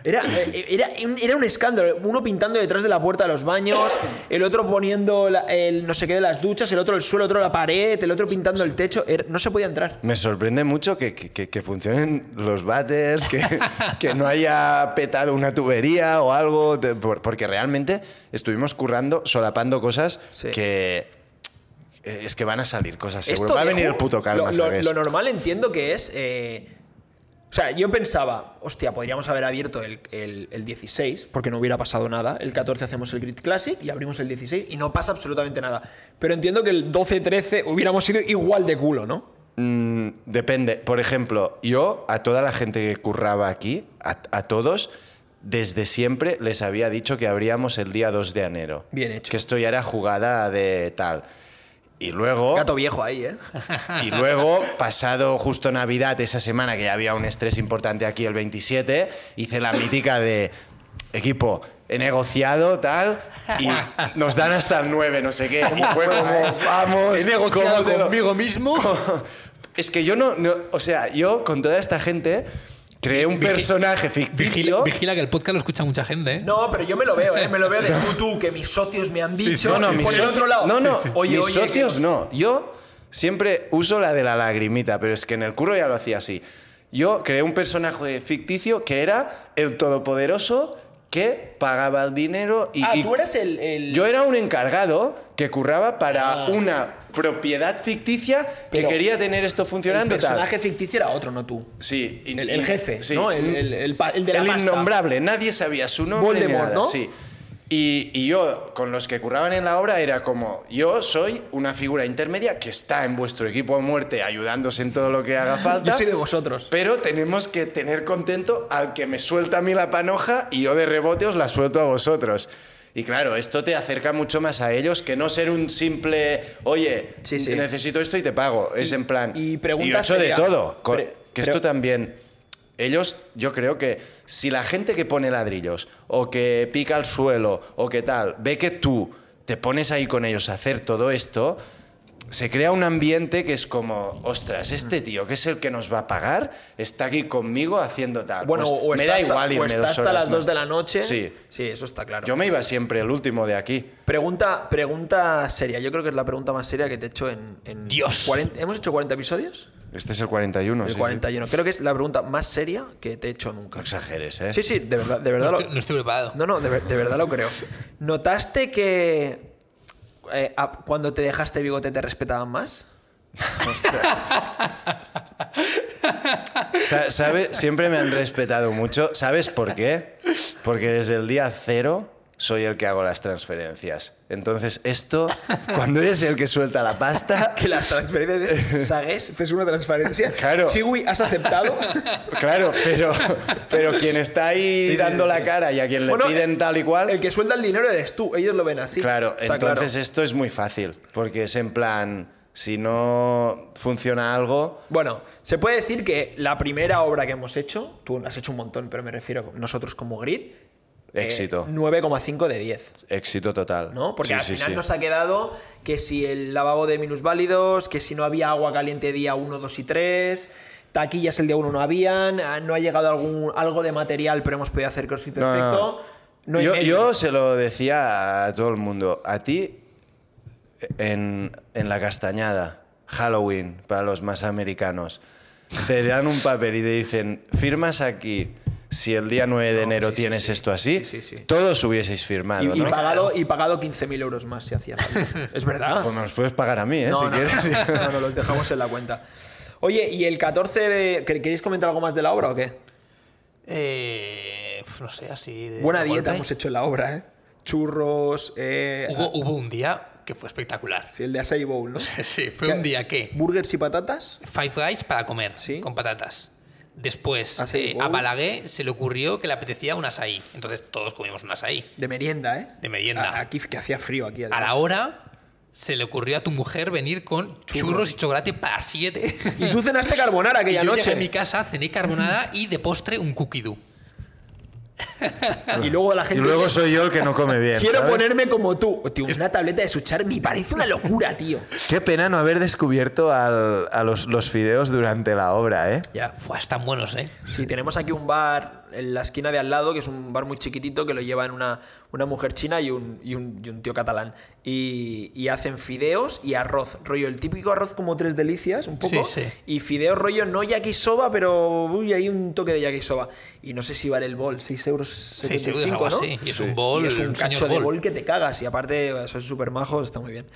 Era, eh, era, un- era un escándalo. Uno pintando detrás de la puerta de los baños, el otro poniendo la- el no sé qué de las duchas, el otro el suelo, otro la pared, el otro pintando el techo. Era- no se podía entrar.
Me sorprende mucho que, que- que- que funcionen los
(laughs)
bates, que, que no haya petado una tubería o algo, de- por- porque realmente estuvimos currando, solapando cosas
Sí.
que eh, es que van a salir cosas seguro.
Esto
Va a
viejo,
venir el puto calma,
lo, lo-
¿sabes?
lo normal entiendo que es. eh, o sea, yo pensaba, hostia, podríamos haber abierto el, el- el 16, porque no hubiera pasado nada. El 14 hacemos el Grid Classic y abrimos el 16 y no pasa absolutamente nada. Pero entiendo que el 12-13 hubiéramos sido igual de culo, ¿no?
Mm, depende. Por ejemplo, yo a toda la gente que curraba aquí, a, a todos, desde siempre les había dicho que abríamos el día 2 de enero.
Bien hecho.
Que esto ya era jugada de tal. Y luego...
Gato viejo ahí, ¿eh?
(laughs)
Y luego, pasado justo Navidad, esa semana que ya había un estrés importante aquí el 27, hice la mítica de equipo, he negociado tal
(laughs)
y nos dan hasta el 9, no sé qué. Y fue como, vamos,
He negociado
¿cómo te lo-
conmigo mismo.
Es que yo no, no- o sea, yo con toda esta gente creé un
Vigi-
personaje
Vigila,
ficticio.
vigila que el podcast lo escucha mucha gente, ¿eh?
No, pero yo me lo veo, ¿eh? Me lo veo de tú, tú, que mis socios me han dicho.
no, no,
y
mis,
por el
so-
otro lado.
no, no,
Oye,
mis
oye,
socios
que-
no. Yo siempre uso la de la lagrimita, pero es que en el curro ya lo hacía así. Yo creé un personaje ficticio que era el todopoderoso que pagaba el dinero y...
Ah,
y-
tú eres el. el- Ah.
Yo era un encargado que curraba para una propiedad ficticia que
Pero
quería tener esto
el
funcionando tal.
personaje ficticio era otro, no tú.
Sí, y-
El,
y-
el jefe,
sí.
¿no? El, el, el pa- el de la
el
pasta.
innombrable, nadie sabía su nombre. ni
Voldemort,
nada,
¿no?
Sí. Y, y yo, con los que curraban en la obra, era como, yo soy una figura intermedia que está en vuestro equipo a muerte ayudándose en todo lo que
(laughs)
haga falta.
Yo soy de vosotros.
Pero tenemos que tener contento al que me suelta a mí la panoja y yo de rebote os la suelto a vosotros. Y claro, esto te acerca mucho más a ellos que no ser un simple, oye,
Sí, sí.
necesito esto y te pago. es en plan.
y pregunta
yo he hecho de
seria.
todo. co-
Pre-
que
pre-
esto también. Ellos, yo creo que si la gente que pone ladrillos o que pica el suelo o que tal, ve que tú te pones ahí con ellos a hacer todo esto, se crea un ambiente que es como, ostras, este tío que es el que nos va a pagar está aquí conmigo haciendo tal.
Bueno,
Pues
o
me
está
da
hasta-
igual
o
irme
está
dos
hasta
horas
las
más.
2 de la noche.
Sí.
Sí, eso está claro.
Yo me iba siempre el último de aquí.
Pregunta, pregunta seria. Yo creo que es la pregunta más seria que te he hecho en. en
Dios.
40 ¿Hemos hecho 40 episodios?
Este es el 41. sí,
El
sí.
41. Creo que es la pregunta más seria que te he hecho nunca.
No exageres, ¿eh?
Sí, sí, de verdad, de verdad.
No
lo-
estoy, no estoy preparado.
No, no, de, ver- de verdad lo creo. ¿Notaste que eh, a- cuando te dejaste bigote te respetaban más?
(laughs) Sa- sabe- Siempre me han respetado mucho. ¿Sabes por qué? Porque desde el día cero soy el que hago las transferencias. Entonces, esto, cuando eres el que suelta la pasta,
Que las
(laughs)
transferencias. ¿Sagues? ¿Fes una transferencia?
Claro.
Chiwi, ¿has aceptado?
(laughs) claro, pero, pero quien está ahí
Sí, sí,
dando
sí,
la
sí.
cara y a quien le
Bueno, eh,
piden tal y cual.
El que suelta el dinero eres tú, ellos lo ven así.
Claro,
Está
entonces
claro.
esto es muy fácil, porque es en plan, si no funciona algo,
Bueno, se puede decir que la primera obra que hemos hecho, tú has hecho un montón, pero me refiero a nosotros como grid. eh,
Éxito.
9,5 de 10.
éxito total.
¿no? Porque
Sí,
al
sí,
final
sí.
nos ha quedado que si el lavabo de minusválidos, que si no había agua caliente día 1, 2 y 3, taquillas el día 1 no habían, ah, no ha llegado algún, algo de material, pero hemos podido hacer crossfit
No, no, no.
perfecto. No hay
yo,
medio.
yo se lo decía a todo el mundo. A ti, en, en la castañada, Halloween, para los más americanos, te dan un papel y te dicen, firmas aquí. Si el día 9 de
No,
enero
sí, sí,
tienes
sí.
esto así,
Sí, sí, sí.
todos hubieses firmado,
y, y
¿no?
pagado, y pagado 15.000 euros más si hacía
(laughs)
falta. es verdad.
Pues me los puedes pagar a mí, ¿eh?
no,
si
no, (laughs)
quieres.
no,
(laughs)
no, los dejamos en la cuenta. Oye, ¿y el 14 de. ¿quer- ¿Queréis comentar algo más de la obra o qué?
Eh, uf, no sé, así. de-
Buena
de
dieta
golpe.
hemos hecho en la obra, ¿eh? Churros, eh. ah,
Hubo, hubo un día que fue espectacular. (laughs)
Sí, el de Acai Bowl, ¿no?
Sí, fue un día que
Burgers y patatas.
Five Guys para comer
Sí. Ah,
con patatas. Después,
Açaí
eh,
bowl.
a Balaguer se le ocurrió que le apetecía un asaí. Entonces todos comimos un asaí.
De merienda, ¿eh?
De merienda.
A- Aquí, que hacía frío aquí.
A
además.
la hora se le ocurrió a tu mujer venir con churros, y chocolate para siete.
(laughs)
(laughs)
Y tú cenaste carbonara
Y
aquella
yo llegué
noche.
a mi casa, cené carbonada y de postre un cookie dough.
Y luego la
Y
gente.
luego
dice,
soy yo el que no come bien.
Quiero
¿sabes?
ponerme como tú. Tío, una tableta de Suchar me parece una locura, tío.
Qué pena no haber descubierto al- a los, los fideos durante la obra, ¿eh?
Ya.
Fua, están buenos, ¿eh?
Sí, tenemos aquí un bar en la esquina de al lado, que es un bar muy chiquitito, que lo llevan una, una mujer china y un, y un- y un tío catalán. Y, y hacen fideos y arroz, rollo, el típico arroz como tres delicias, un poco.
Sí, sí.
Y fideos rollo no yakisoba, pero uy, hay un toque de yakisoba. Y no sé si vale el bol, 6 euros.
6 euros, algo
¿no?
así. Y es un bol,
Y es un
un
cacho
señor
de
bol.
bol que te cagas. Y aparte, son súper majos, está muy bien.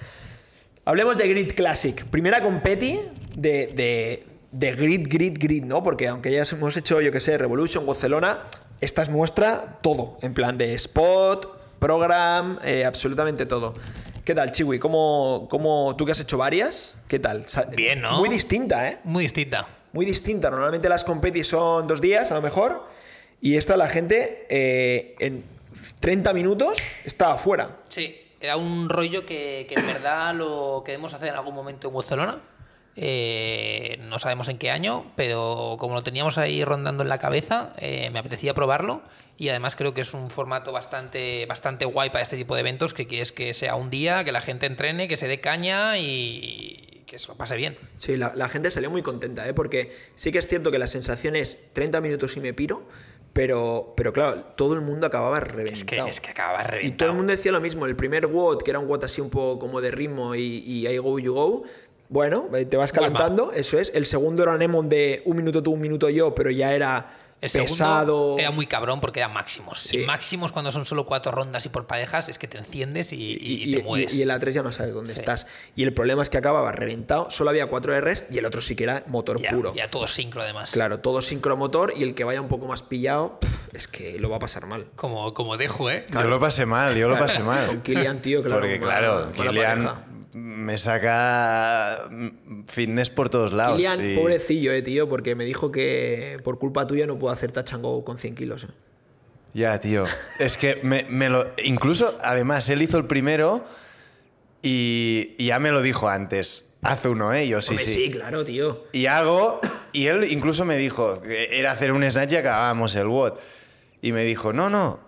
Hablemos de Grid Classic. Primera competi de, de, de Grid, Grid, Grid, ¿no? Porque aunque ya hemos hecho, yo que sé, Revolution, Barcelona, esta es nuestra todo. En plan de spot, program, eh, absolutamente todo. ¿Qué tal, Chiwi? ¿Cómo, cómo, tú que has hecho varias? ¿Qué tal? Sa-
Bien, ¿no?
Muy distinta, ¿eh?
Muy distinta.
muy distinta. Normalmente las competis son dos días, a lo mejor, y esta la gente eh, en 30 minutos estaba fuera.
Sí, era un rollo que, que en verdad lo queremos hacer en algún momento en Barcelona. Eh, no sabemos en qué año, pero como lo teníamos ahí rondando en la cabeza, eh, me apetecía probarlo y además creo que es un formato bastante, bastante guay para este tipo de eventos que quieres que sea un día, que la gente entrene, que se dé caña y que se lo pase bien.
Sí, la, la gente salió muy contenta, ¿eh? porque sí que es cierto que la sensación es 30 minutos y me piro, pero, pero claro, todo el mundo acababa reventado.
Es que, es que
Y
acabas
todo el
reventado.
mundo decía lo mismo. El primer WOT, que era un WOT así un poco como de ritmo y, y I go, you go. Bueno, eh, te vas
Warm up.
calentando, eso es. El segundo era un Emon de un minuto tú, un minuto yo, pero ya era
El segundo
pesado.
era muy cabrón porque eran máximos.
Sí.
Y máximos cuando son solo cuatro rondas y por parejas es que te enciendes y, y- y te mueres.
y el A3 ya no sabes dónde
Sí.
estás. Y el problema es que acababa reventado. Solo había cuatro Rs y el otro sí que era motor
Ya,
puro.
ya todo sincro además.
Claro, todo sincromotor y el que vaya un poco más pillado, pf, es que lo va a pasar mal.
Como, como dejo, ¿eh?
Yo lo pasé mal, yo
(laughs)
lo pasé mal.
Con Kilian, tío, claro.
Porque
mala-
claro,
mala pareja.
Kilian me saca mm, fitness por todos lados.
Kilian,
y-
pobrecillo, eh, tío, porque me dijo que por culpa tuya no puedo hacer touch and go con 100 kilos. eh.
(laughs) Ya, tío. Es que me, me lo. Incluso, además, él hizo el primero y, y ya me lo dijo antes. Haz uno, ¿eh? Yo sí,
Hombre,
sí.
claro, tío.
Y hago. Y él incluso me dijo que era hacer un snatch y acabábamos el WOD. Y me dijo, no, no,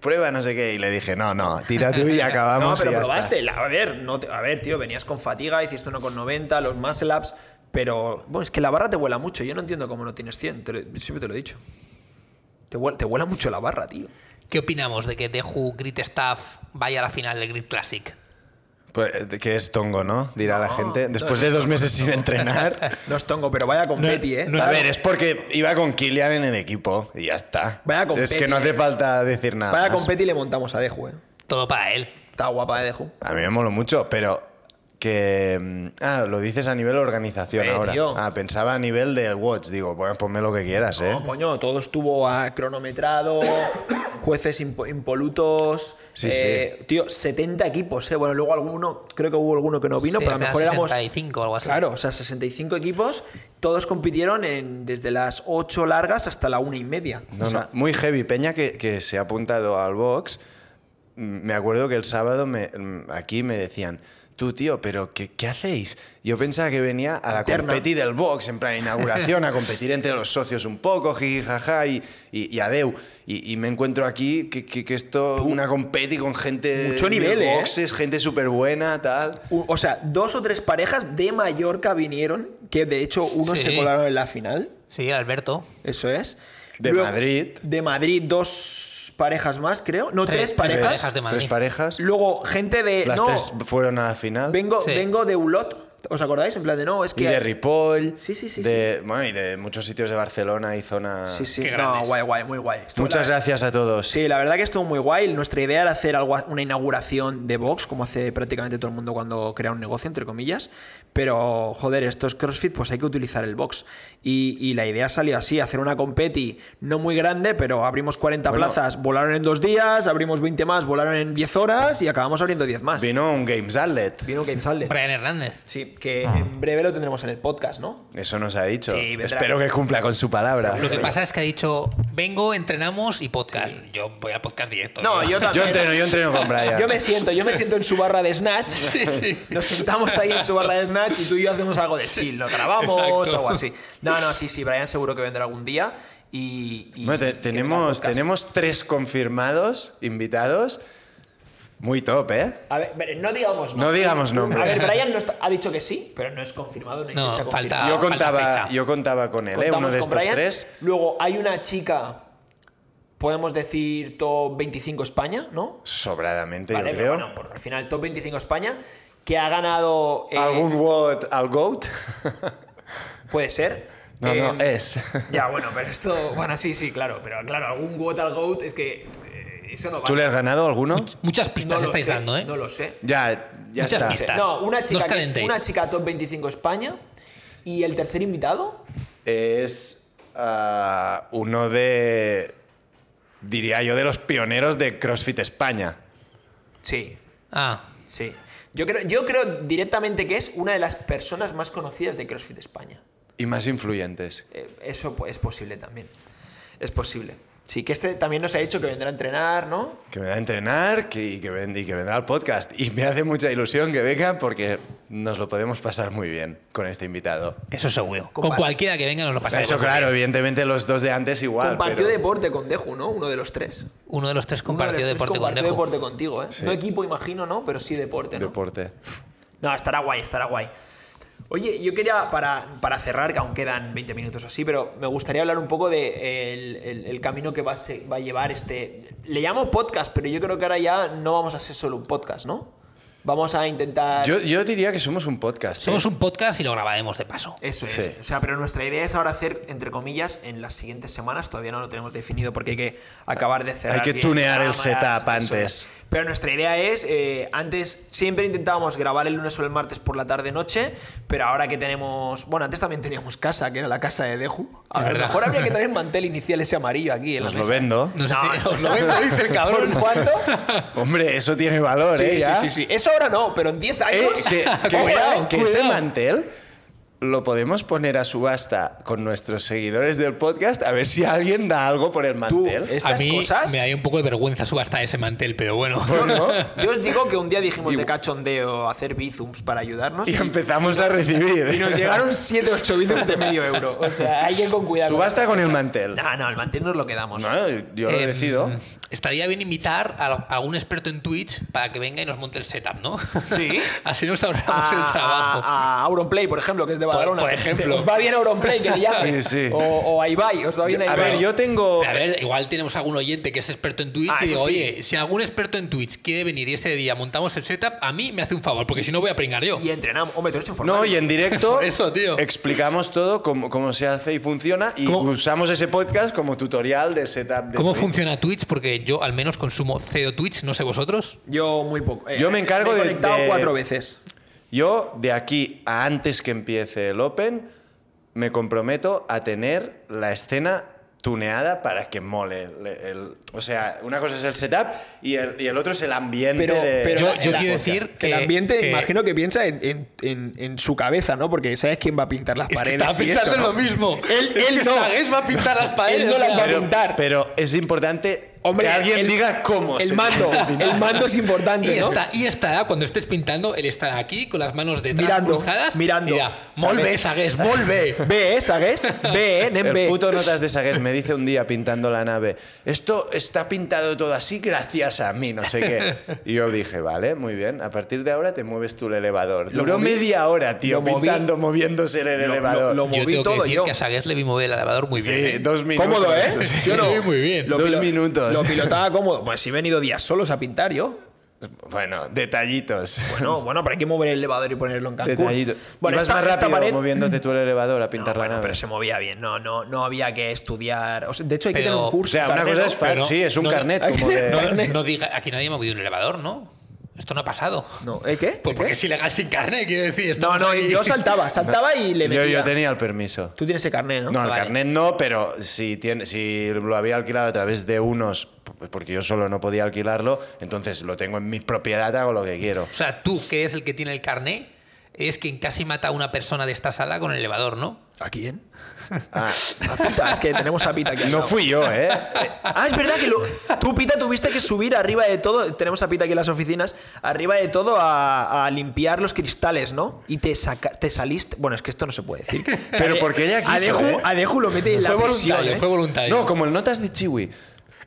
prueba no sé qué. Y le dije, no, no, tira tú
(laughs)
y acabamos.
no, pero
y ya está".
probaste. la- A ver, no te- a ver, tío, venías con fatiga, hiciste uno con 90, los muscle ups, pero bueno, es que la barra te vuela mucho. Yo no entiendo cómo no tienes 100, te lo- siempre te lo he dicho. Te vuela, te vuela mucho la barra, tío.
¿Qué opinamos de que Deju Grit Staff vaya a la final del Grit Classic?
Pues, que es tongo, ¿no? Dirá la
No,
gente.
no
Después
es
de dos meses sin
(laughs)
entrenar.
No es tongo, pero vaya con Betty, ¿eh?
a ver, es porque iba con Kilian en el equipo y ya está.
Vaya con
es que
Petty,
no hace
eh.
falta decir nada.
vaya
más.
con Betty y le montamos a Deju, ¿eh?
Todo para él.
Está guapa, ¿eh, Deju.
A mí me moló mucho, pero que. mm, Ah, lo dices a nivel organización
Eh,
ahora.
tío.
Ah, pensaba a nivel del Watch. Digo, bueno, ponme lo que quieras, ¿eh?
No, coño, todo estuvo a-
(coughs)
cronometrado, jueces impo- impolutos.
Sí,
eh, Tío, 70 equipos, ¿eh? Bueno, luego alguno, creo que hubo alguno que no vino,
Sí,
pero a lo
al
mejor
final
éramos.
65 o algo así.
Claro, o sea, 65 equipos, todos compitieron en, desde las 8 largas hasta la 1 y media.
No,
O sea,
no, muy heavy. Peña que, que se ha apuntado al box. mm, Me acuerdo que el sábado me- mm, aquí me decían, tú tío, pero qué, qué hacéis? Yo pensaba que venía a la
Alterna.
competi del box, en plan inauguración, a competir entre los socios un poco, jiji, jaja, y, y, y adeu. Y, y me encuentro aquí que, que- que esto, una competi con gente
Mucho
del
nivel, ¿eh?
boxes, gente súper buena, tal.
u- O sea, dos o tres parejas de Mallorca vinieron, que de hecho unos
Sí.
se colaron en la final.
Sí, Alberto.
Eso es.
De Madrid.
De Madrid, dos parejas más, creo. No, tres,
Tres, tres
parejas.
Tres,
parejas de Madrid.
tres parejas.
Luego, gente de.
Las
no,
tres fueron a la final.
vengo,
Sí.
vengo de Ulot. ¿Os acordáis? En plan de no, es que.
Y de Ripoll.
Sí, sí, sí,
De, Bueno, y de muchos sitios de Barcelona y zona.
Sí, sí.
Qué
No,
grandes.
guay, guay, muy guay. Estuvo
Muchas
la-
gracias a todos.
Sí, la verdad que estuvo muy guay. Nuestra idea era hacer algo, una inauguración de Vox, como hace prácticamente todo el mundo cuando crea un negocio, entre comillas. Pero, joder, estos CrossFit, pues hay que utilizar el Vox. Y, y la idea salió así, hacer una competi no muy grande, pero abrimos 40
Bueno.
plazas, volaron en dos días, abrimos 20 más, volaron en 10 horas y acabamos abriendo 10 más.
Vino un Games Outlet.
Vino Game Outlet.
Brian Hernández.
Sí, que
Ah.
en breve lo tendremos en el podcast, ¿no?
Eso nos ha dicho.
Sí, vendrá.
Espero que cumpla con su palabra.
Lo que pasa es que ha dicho, vengo, entrenamos y podcast. Yo voy al podcast directo.
Yo entreno, yo entreno con Brian.
Yo me siento, yo me siento en su barra de
(laughs)
Snatch.
Sí, sí.
Nos sentamos ahí en su barra de Snatch y tú y yo hacemos algo de chill, lo grabamos
Exacto.
o algo así. No, no, sí, sí, Brian seguro que vendrá algún día Y, y
Bueno, te-
que vengan
tenemos,
podcasts.
tenemos tres confirmados, invitados. Muy top, ¿eh?
A ver, pero no digamos
No digamos nombres.
A ver, Brian no está- ha dicho que sí, pero no es confirmado, no hay
No,
fecha
falta-
confirmada.
yo,
falta
contaba,
fecha.
yo contaba con él, ¿eh?
Ah, Contamos
Uno de
con
estos
Brian.
tres.
Luego hay una chica, podemos decir top 25 España, ¿no?
Sobradamente,
Vale,
yo
pero
creo.
bueno, por- al final top 25 España, que ha ganado... eh,
¿Algún WOD al GOAT? (laughs)
Puede ser.
No,
Eh,
no, es.
Ya, bueno, pero esto... Bueno, sí, sí, claro. Pero claro, algún Goat al Goat es que eh, eso no va.
¿Tú le has ganado alguno?
(laughs) Muchas pistas
no lo
estáis
sé,
dando, ¿eh?
No lo sé.
Ya, ya
Muchas
está.
pistas.
No, una
No
chica,
os
que es
calentéis.
una chica top 25 España y el tercer invitado...
Es ah, uno de. Diría yo, de los pioneros de CrossFit España.
Sí,
Ah,
Sí. Yo creo, yo creo directamente que es una de las personas más conocidas de CrossFit España.
Y más influyentes.
Eh, eso po- es posible también. Es posible. Sí, que este también nos ha dicho que vendrá a entrenar, ¿no?
Que me da a entrenar que, y, que ven- y que vendrá al podcast. Y me hace mucha ilusión que venga porque nos lo podemos pasar muy bien con este invitado.
eso seguro.
Compa-
Con cualquiera que venga nos lo pasamos.
Eso, claro, evidentemente los dos de antes igual.
compartió
pero-
deporte con Deju, ¿no? Uno de los tres.
Uno de los tres
Uno de los
compartió
tres
deporte con
compartió
Dejo.
deporte contigo, ¿eh?
Sí.
No equipo, imagino, ¿no? Pero sí deporte, ¿no?
Deporte.
No, estará guay, estará guay. Oye, yo quería, para, para cerrar, que aún quedan 20 minutos o así, pero me gustaría hablar un poco del de, eh, el, el- el camino que va a, se- va a llevar este... Le llamo podcast, pero yo creo que ahora ya no vamos a ser solo un podcast, ¿no? Vamos a intentar...
Yo, yo diría que somos un podcast. ¿eh?
Somos un podcast y lo grabaremos de paso.
Eso es.
Sí.
O sea, pero nuestra idea es ahora hacer, entre comillas, en las siguientes semanas, todavía no lo tenemos definido porque hay que acabar de cerrar.
Hay que
bien
tunear el
cámaras,
setup
eso
antes.
es. Pero nuestra idea es, eh, antes siempre intentábamos grabar el lunes o el martes por la tarde-noche, pero ahora que tenemos. Bueno, antes también teníamos casa, que era la casa de Deju. A lo mejor habría que traer mantel inicial ese amarillo aquí. En la
Os Pues lo
mesa. (laughs)
vendo.
No sé
No,
si os lo vendo,
(laughs)
dice el
¿Por
(laughs)
cabrón.
cuánto?
Hombre, eso tiene valor,
Sí,
¿eh?
sí,
Ya.
sí, sí. Eso ahora no, pero en 10
Eh,
años.
(laughs)
que
(laughs)
que-
Cuidado,
que ese
cuidado.
mantel lo podemos poner a subasta con nuestros seguidores del podcast a ver si alguien da algo por el
Tú,
mantel. (laughs)
A
estas
mí
cosas.
me da un poco de vergüenza subasta ese mantel, pero
(laughs)
bueno.
Bueno,
Yo os digo que un día dijimos
Y-
de cachondeo hacer bizums para ayudarnos
y empezamos a recibir.
y nos
(laughs)
llegaron 7 8 bizums de medio euro. O sea, hay que ir con cuidado.
Subasta con el mantel.
No, no, el mantel nos lo quedamos.
No, yo lo
Em,
decido.
Estaría bien invitar a a algún experto en Twitch para que venga y nos monte el setup, ¿no?
Sí.
(laughs)
Ah,
Así nos ahorramos
A,
el trabajo.
a- a Auronplay, por ejemplo, que es de Badalona.
por ejemplo.
Os va bien Auronplay, que le llamen.
Sí, sí.
O, o a Ibai, os va bien
A
Ibai.
ver, yo tengo.
A ver, igual tenemos algún oyente que es experto en Twitch
Ah,
y
eso
digo,
sí.
oye, si algún experto en Twitch quiere venir y ese día montamos el setup, a mí me hace un favor, porque si no voy a pringar yo.
Y entrenamos. Hombre, tú eres informático.
No, y en directo
(laughs) Por eso, tío.
explicamos todo cómo, cómo se hace y funciona y
¿Cómo?
usamos ese podcast como tutorial de setup de
¿Cómo
Twitch.
funciona Twitch? Porque yo al menos consumo cero Twitch, no sé vosotros.
Yo muy poco. Eh,
Yo me encargo
he
de-
conectado
de-
cuatro veces.
Yo, de aquí a antes que empiece el Open, me comprometo a tener la escena tuneada para que mole. el- el- o sea, una cosa es el setup y el, y el otro es el ambiente
Pero,
de...
pero
Yo-
la-
yo
la-
quiero decir
el
que-
ambiente,
que-
imagino que piensa en, en- en- en su cabeza, ¿no? Porque sabes quién va a pintar las
Es que
paredes.
estaba
y
pensando
eso, ¿no?
en lo mismo.
Él-
Es
él
que
no.
Sagués va a pintar las paredes.
Él no
o
las
sea.
va a
Pero-
pintar.
pero es importante
Hombre,
que alguien
el-
diga cómo
El
se
mando,
tiene que pintar.
el mando es
Y,
importante, ¿no?
está, y estará, cuando estés pintando, él estará aquí con las manos detrás
Mirando,
cruzadas.
mirando.
Y dirá, Molve,
(laughs)
Sagués, molve.
B, ¿eh? ¿Sabes? B, ¿eh? Nen
El
B.
puto Notas de Sagues me dice un día pintando la nave, esto está pintado todo así gracias a mí, no sé qué. Y yo dije, vale, muy bien, a partir de ahora te mueves tú el elevador.
Lo
Duró
moví,
media hora, tío,
lo moví.
pintando, moviéndose el
lo-
elevador.
lo-
Yo
moví
tengo que
todo
decir
yo.
que a Sagués le vi mover el elevador muy
sí,
bien. ¿eh?
dos minutos.
Cómodo, ¿eh?
Sí.
¿Sí o no?
Sí, muy bien.
Dos
pilo-
minutos.
Lo pilotaba cómodo. Pues si he venido días solos a pintar yo.
Bueno, detallitos.
Bueno, bueno, pero hay que mover el elevador y ponerlo en Cancún.
Detallitos.
Bueno,
Ibas
esta-
más
esta
rápido
pared-
moviéndote tú el elevador a
No,
pintar
bueno,
la nave.
pero se movía bien. No, no, no había que estudiar. O sea, de hecho, hay que
Pero-
tener un
O
curso.
sea, una
carnet,
cosa
¿no?
es... fan-
Pero-
sí, es un
no, no.
carnet
Hay que
como
tener-
de...
No, no diga, aquí nadie me ha movido un elevador, ¿no? Esto no ha pasado.
No, ¿eh, qué?
Pues
¿Qué?
porque es ilegal sin carne, quiero decir.
No,
estamos
no,
aquí.
yo saltaba, saltaba y le
(laughs) Yo,
metía.
yo tenía el permiso.
Tú tienes el carnet, ¿no?
No, el
Vale.
carnet no, pero si, tiene, si lo había alquilado a través de unos, p- porque yo solo no podía alquilarlo, entonces lo tengo en mi propiedad, hago lo que quiero.
(laughs) O sea, tú, que es el que tiene el carné, es quien casi mata a una persona de esta sala con el elevador, ¿no?
¿A quién? (laughs) Ah, puta, es que tenemos a Pita aquí. al
No
lado.
fui yo,
(laughs)
¿eh?
Ah, es verdad que lo- tú, Pita, tuviste que subir arriba de todo. Tenemos a Pita aquí en las oficinas. Arriba de todo a, a limpiar los cristales, ¿no? Y te, saca, te saliste. Bueno, es que esto no se puede decir.
(laughs) Pero porque ella quiso,
A Deju,
¿eh?
a Deju lo mete en la
fue
prisión.
voluntario,
¿eh?
fue voluntario.
No, como el Notas de Chiwi.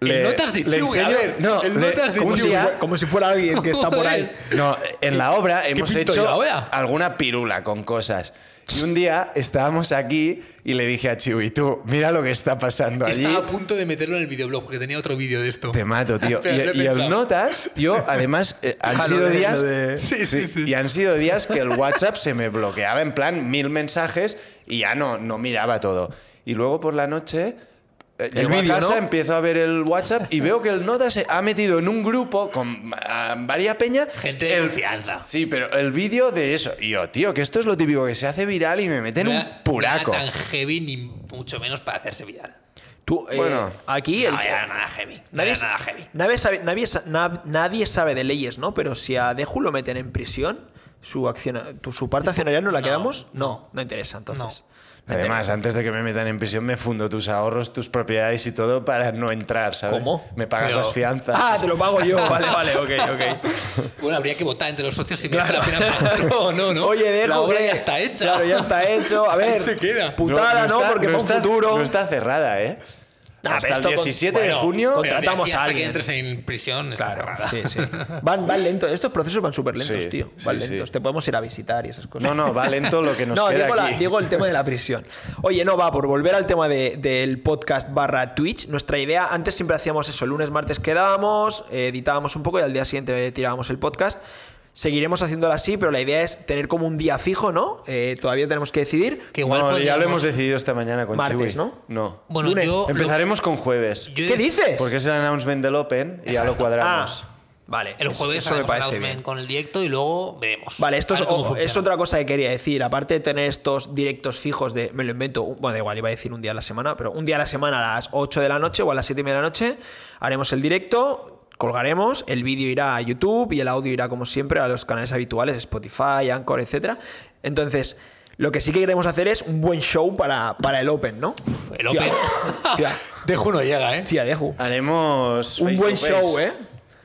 El Notas de
le
Chiwi,
enseño-
a ver,
no,
el
le-
Notas de
un
como, si
día-
fue- como si fuera alguien que está por ahí.
No, en la obra hemos
pinto
hecho
yo ahora?
alguna pirula con cosas. Y un día estábamos aquí y le dije a Chiwi, tú, mira lo que está pasando allí.
Estaba a punto de meterlo en el videoblog porque tenía otro vídeo de esto.
Te mato,
(laughs)
tío.
Pero lo he
y, y el
pensado.
notas, yo además eh, han
Ah, lo
sido
de- lo
días
de-
Sí, sí, sí.
y han sido días que el WhatsApp se me bloqueaba en plan mil mensajes y ya no no miraba todo. Y luego por la noche eh,
El
llego
vídeo,
a casa,
¿no?
empiezo a ver el WhatsApp y veo que el notas se ha metido en un grupo con ah, varia peña
Gente de
el-
confianza.
Sí, pero el vídeo de eso. Y yo, tío, que esto es lo típico que se hace viral y me meten
No
un
era-
puraco.
No era tan heavy ni mucho menos para hacerse viral.
Tú, eh,
Bueno.
aquí el
no
que-
era nada heavy. No
Nadie,
era
sa-
nada heavy.
nadie sabe, nadie sa- na- nadie sabe de leyes, ¿no? Pero si a Deju lo meten en prisión, su, acciona- tu- su parte accionaria no la
No,
quedamos. No, no,
no.
interesa, entonces. No
Además,
interesa.
antes de que me metan en prisión, me fundo tus ahorros, tus propiedades y todo para no entrar, ¿sabes?
¿Cómo?
Me pagas
Pero-
las fianzas.
Ah, te lo pago yo. Vale, vale, ok, ok.
Bueno, habría que votar entre los socios si merece la pena pagar o (laughs) no, ¿no?
(laughs) Oye, Deju.
La obra
que-
ya está hecha.
Claro, ya está hecho. A ver.
(laughs) Ahí se queda.
Putada, ¿no?
está-
Porque fue un
está-
futuro.
No está cerrada, ¿eh?
Ah,
Hasta
pero
el
esto con-
17 de
bueno,
junio.
Pero de aquí
Contratamos a
hasta
alguien.
que entres en prisión está
Claro,
cerrada.
sí,
(laughs)
sí. Van, van lentos. Estos procesos van súper lentos,
Sí,
tío.
sí,
Van
sí.
lentos. Te podemos ir a visitar y esas cosas.
No, no, va lento lo que
(laughs)
nos
no,
queda
digo, la-
aquí.
digo el tema de la prisión. Oye, no, va, por volver al tema de- del podcast barra Twitch, nuestra idea, antes siempre hacíamos eso, lunes, martes quedábamos, eh, editábamos un poco y al día siguiente eh, tirábamos el podcast. Seguiremos haciéndolo así, pero la idea es tener como un día fijo, ¿no? Eh, todavía tenemos que decidir.
Que igual
no, ya
podríamos-
lo hemos decidido esta mañana con
Martes,
Chiwi.
¿no?
No.
Bueno,
Lunes.
yo.
Empezaremos con jueves.
yo-
¿Qué dices?
Porque es el announcement del Open y ya lo
Ah,
cuadramos.
vale.
El
eso-
jueves
eso me
haremos
parece
announcement
bien.
con el directo y luego veremos.
Vale, esto
A
es,
ver cómo
o-
funciona.
es otra cosa que quería decir. Aparte de tener estos directos fijos de, me lo invento, un- bueno, da igual, iba a decir un día a la semana, pero un día a la semana a las 8 de la noche o a las 7 y media de la noche haremos el directo, colgaremos, el vídeo irá a YouTube y el audio irá como siempre a los canales habituales, Spotify, Anchor, etc. Entonces, lo que sí que queremos hacer es un buen show para, para el Open, ¿no?
El
Hostia,
Open.
(laughs)
(laughs)
hostia,
Dejo no llega, ¿eh?
hostia, Deju.
Haremos.
Un
face
buen
to face.
show, ¿eh?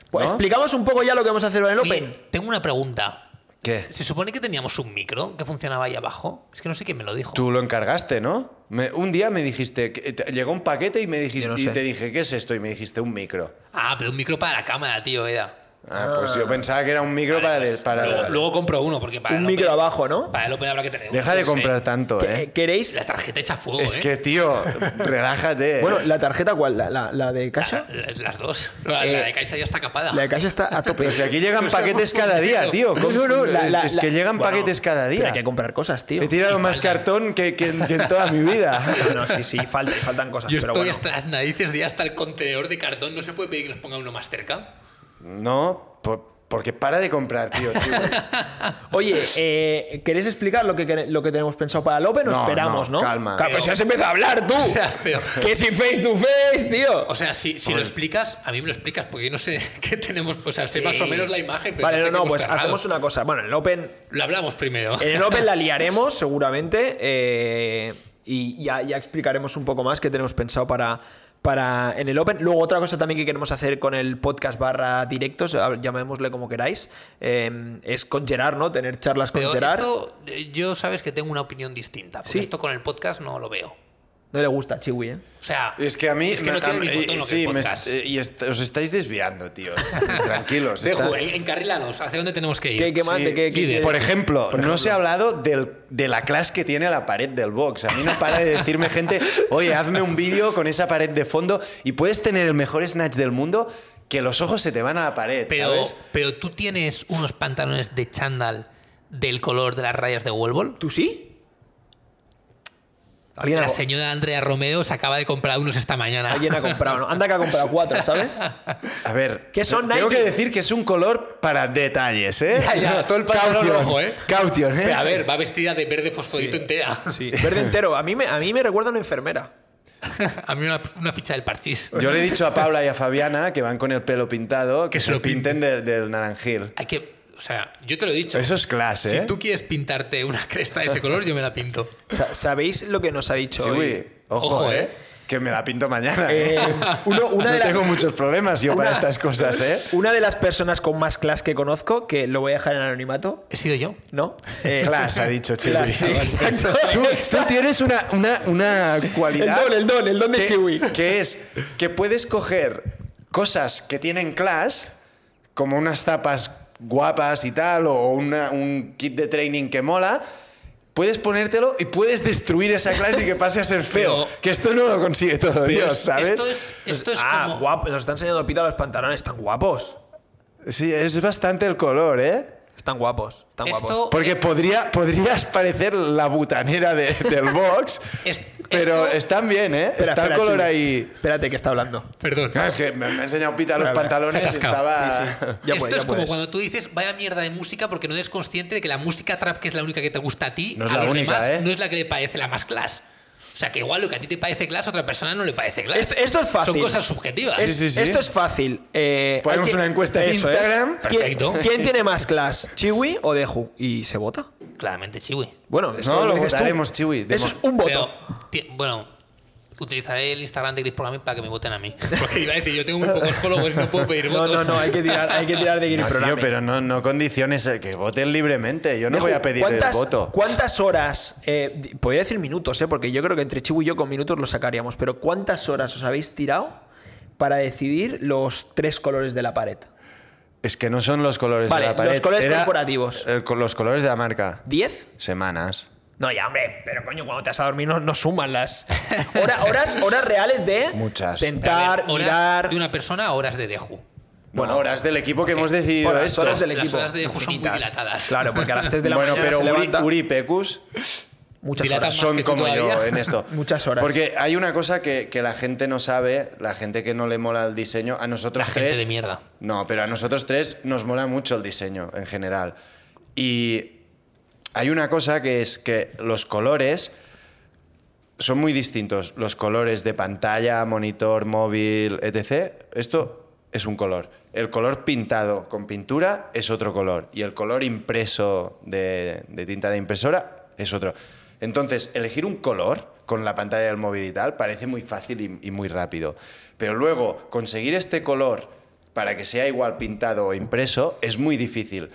Pues
¿No?
explicamos un poco ya lo que vamos a hacer en el
Oye,
Open.
tengo una pregunta.
¿Qué?
Se supone que teníamos un micro que funcionaba ahí abajo. Es que no sé quién me lo dijo.
Tú lo encargaste, ¿no? Me- un día me dijiste, que- te- llegó un paquete y me dijiste,
Yo no
y
sé.
te dije, ¿qué es esto? Y me dijiste, un micro.
Ah, pero un micro para la cámara, tío, era.
Ah, pues yo pensaba que era un micro para, el- para
pues, Luego, luego compro uno porque para
Un
el Open-
micro abajo, ¿no?
Para el Open habrá que tener.
Deja
uno,
de
no sé.
comprar tanto,
Que-
¿eh?
¿Queréis?
La tarjeta echa fuego,
Es
¿eh?
que, tío, relájate. ¿eh?
Bueno, ¿la tarjeta cuál? ¿La, la- la de Caixa?
Las, las dos. La,
Eh,
la de Caixa ya está capada.
La de Caixa está a tope.
Pero si aquí llegan paquetes cada día, tío.
(laughs) No, pues, no, no, la-
Es-
la-
es,
la-
que llegan
Bueno,
paquetes cada
pero
día.
hay que comprar cosas, tío. (laughs) Ah,
He tirado más cartón que, que en- que en toda mi vida.
No, no, sí, sí, faltan, faltan cosas.
Yo
pero
estoy
bueno.
hasta las narices de hasta el contenedor de cartón. No se puede pedir que nos ponga uno más cerca.
No, por- porque para de comprar, tío. chico.
Oye, eh, ¿queréis explicar lo que, quere- lo que tenemos pensado para el Open o
No,
esperamos,
no,
no?
calma.
Claro, pero si ya se empieza a hablar,
(laughs)
tú.
O sea, pero-
que si face to face, tío.
O sea, si, si lo explicas, a mí me lo explicas porque yo no sé (laughs) qué tenemos. Pues, O sea, sé
Sí.
más o menos la imagen, pero
Vale,
no,
no,
sé
no,
qué hemos
pues
cerrado.
hacemos una Eh, cosa. Bueno, el Open
Lo hablamos primero.
En el Open la liaremos, seguramente. eh, y ya, ya explicaremos un poco más qué tenemos pensado para, para en el Open. Luego, otra cosa también que queremos hacer con el podcast barra directos, a- llamémosle como queráis, eh, es con Gerard, ¿no? Tener charlas con
Pero
Gerard.
esto, eh, yo sabes que tengo una opinión distinta. Porque
Sí.
esto con el podcast no lo veo.
No le gusta a Chiwi, ¿eh?
O sea,
Es que a mí.
es que no
me-
tiene
a-
ni
eh,
punto en lo que
sí,
es
me-
podcast.
eh, y est- os estáis desviando, tío. Tranquilos.
Dejo, eh,
está-
en- encarrílanos, ¿hacia dónde tenemos que ir?
¿Qué, qué más?
Sí.
¿De qué- qué-
Líder.
qué-
Por ejemplo, no se ha hablado del- de la clase que tiene la pared del box. A mí no para de decirme gente, oye, hazme un vídeo con esa pared de fondo y puedes tener el mejor snatch del mundo que los ojos se te van a la pared,
Pero,
¿sabes?
pero tú tienes unos pantalones de chándal del color de las rayas de Wolbol.
¿Tú sí? ¿Alguien ha,
La señora Andrea Romeo se acaba de comprar unos esta mañana.
(laughs) alguien ha comprado, ¿no? Anda que ha comprado cuatro, ¿sabes?
A ver,
¿Qué son
tengo
Nike?
que decir que es un color para detalles, ¿eh?
Ya, ya, todo el pantalón
Caution,
rojo, ¿eh?
Caution, ¿eh?
(laughs) Pero a ver, va vestida de verde fosforito
Sí. (laughs)
entera.
Sí. Verde entero. A mí me, a mí me recuerda a una enfermera.
A mí una, una ficha del parchís.
Yo le he dicho a Paula y a Fabiana que van con el pelo pintado, que,
Que
se
se
lo
lo pinten.
pinten de- del naranjil.
Hay que. O sea, yo te lo he dicho.
Eso es clase, ¿eh?
Si tú quieres pintarte una cresta de ese color, yo me la pinto.
Sa- ¿Sabéis lo que nos ha dicho
Sí,
hoy?
güey. Ojo,
Ojo,
¿eh?
¿eh?
Que me la pinto mañana.
Eh, uno- una
no
de las-
tengo muchos problemas yo para
Una-
estas cosas, ¿eh?
Una de las personas con más clase que conozco, que lo voy a dejar en anonimato,
He sido yo.
¿no?
(laughs)
Eh,
Clase, ha dicho Chiwi.
clase,
(laughs)
exacto. (laughs)
Tú, tú tienes una, una, una
El
cualidad
don, el don, el don de Chiwi.
que, que es que puedes coger cosas que tienen class, como unas tapas guapas y tal, o una- un kit de training que mola. Puedes ponértelo y puedes destruir esa clase y que pase a ser feo.
Pero-
que esto no lo consigue todo Dios, ¿sabes?
Esto es, esto es
ah,
como.
guapo. Nos está enseñando Pita los pantalones. Están guapos.
Sí, es bastante el color, ¿eh?
Están guapos. Están
Esto-
guapos.
Porque podría, podrías parecer la butanera de- del box,
(laughs) Es-
pero
esto-
están bien, ¿eh?
Espera,
Está el
espera,
color
Chiwi.
ahí.
Espérate, que está hablando.
Perdón.
No, es que me, me ha enseñado Pita los
Espera,
pantalones
se ha
y
cascado.
estaba...
Ya
esto
puedes, ya pues.
es como
puedes.
cuando tú dices vaya mierda de música porque no eres consciente de que la música trap, que es la única que te gusta a ti,
No es
a
la
los
única,
demás,
¿eh?
no es la que le parece la más class. O sea, que igual lo que a ti te parece class, a otra persona no le parece class.
Esto- esto es fácil.
Son cosas subjetivas.
Sí,
Es-
sí, sí.
Esto es fácil. Eh,
Ponemos
hay que-
una encuesta en
Eso es.
Instagram.
¿Quién-
Perfecto.
¿Quién, tiene más clase, Chiwi o Deju? Y se vota.
Claramente, chiwi.
Bueno, esto
No, lo
dices tú.
votaremos, Chiwi. Demo-
Eso es un voto.
Pero, ti- bueno, utilizaré el Instagram de Chris Programming para que me voten a mí. (laughs) Porque iba a decir, yo tengo muy pocos followers, no puedo pedir
(laughs) No,
votos.
no, no, hay que tirar, hay que tirar de Guiri
(laughs) (laughs) No, tío,
Programa.
pero no, no condiciones eh, que voten libremente. Yo no voy a pedir el
¿Cuántas-
voto.
¿Cuántas horas? eh, di- podría decir minutos, eh, porque yo creo que entre Chibu y yo con minutos lo sacaríamos, pero ¿cuántas horas os habéis tirado para decidir los tres colores de la pared?
Es que no son los colores
Vale,
de la pared.
los colores corporativos.
el co- los colores de la marca.
¿Diez?
Semanas.
No, ya, hombre, pero coño, cuando te vas a dormir no, no suman las
(laughs)
Hora- horas, horas reales de
Muchas.
A
sentar,
ver, horas
mirar.
de una persona a horas de Deju.
Bueno, horas del equipo que hemos decidido
eh, horas,
esto.
horas del
Las
equipo.
horas de Deju son muy
infinitas.
dilatadas.
Claro, porque a las 3 de la
bueno,
mañana
pero
se
Uri,
levanta
Uri Pecus
muchas
Dilata
horas.
más
son
que tú
como yo
todavía.
en
(laughs)
esto.
Muchas horas.
Porque hay una cosa que, que la gente no sabe, la gente que no le mola el diseño, a
La
nosotros
gente
tres.
de mierda.
No, pero a nosotros tres nos mola mucho el diseño en general. Y hay una cosa que es que los colores son muy distintos. Los colores de pantalla, monitor, móvil, etc. Esto es un color. El color pintado con pintura es otro color. Y el color impreso de, de tinta de impresora es otro. Entonces, elegir un color con la pantalla del móvil y tal parece muy fácil y- y muy rápido. Pero luego, conseguir este color para que sea igual pintado o impreso es muy difícil.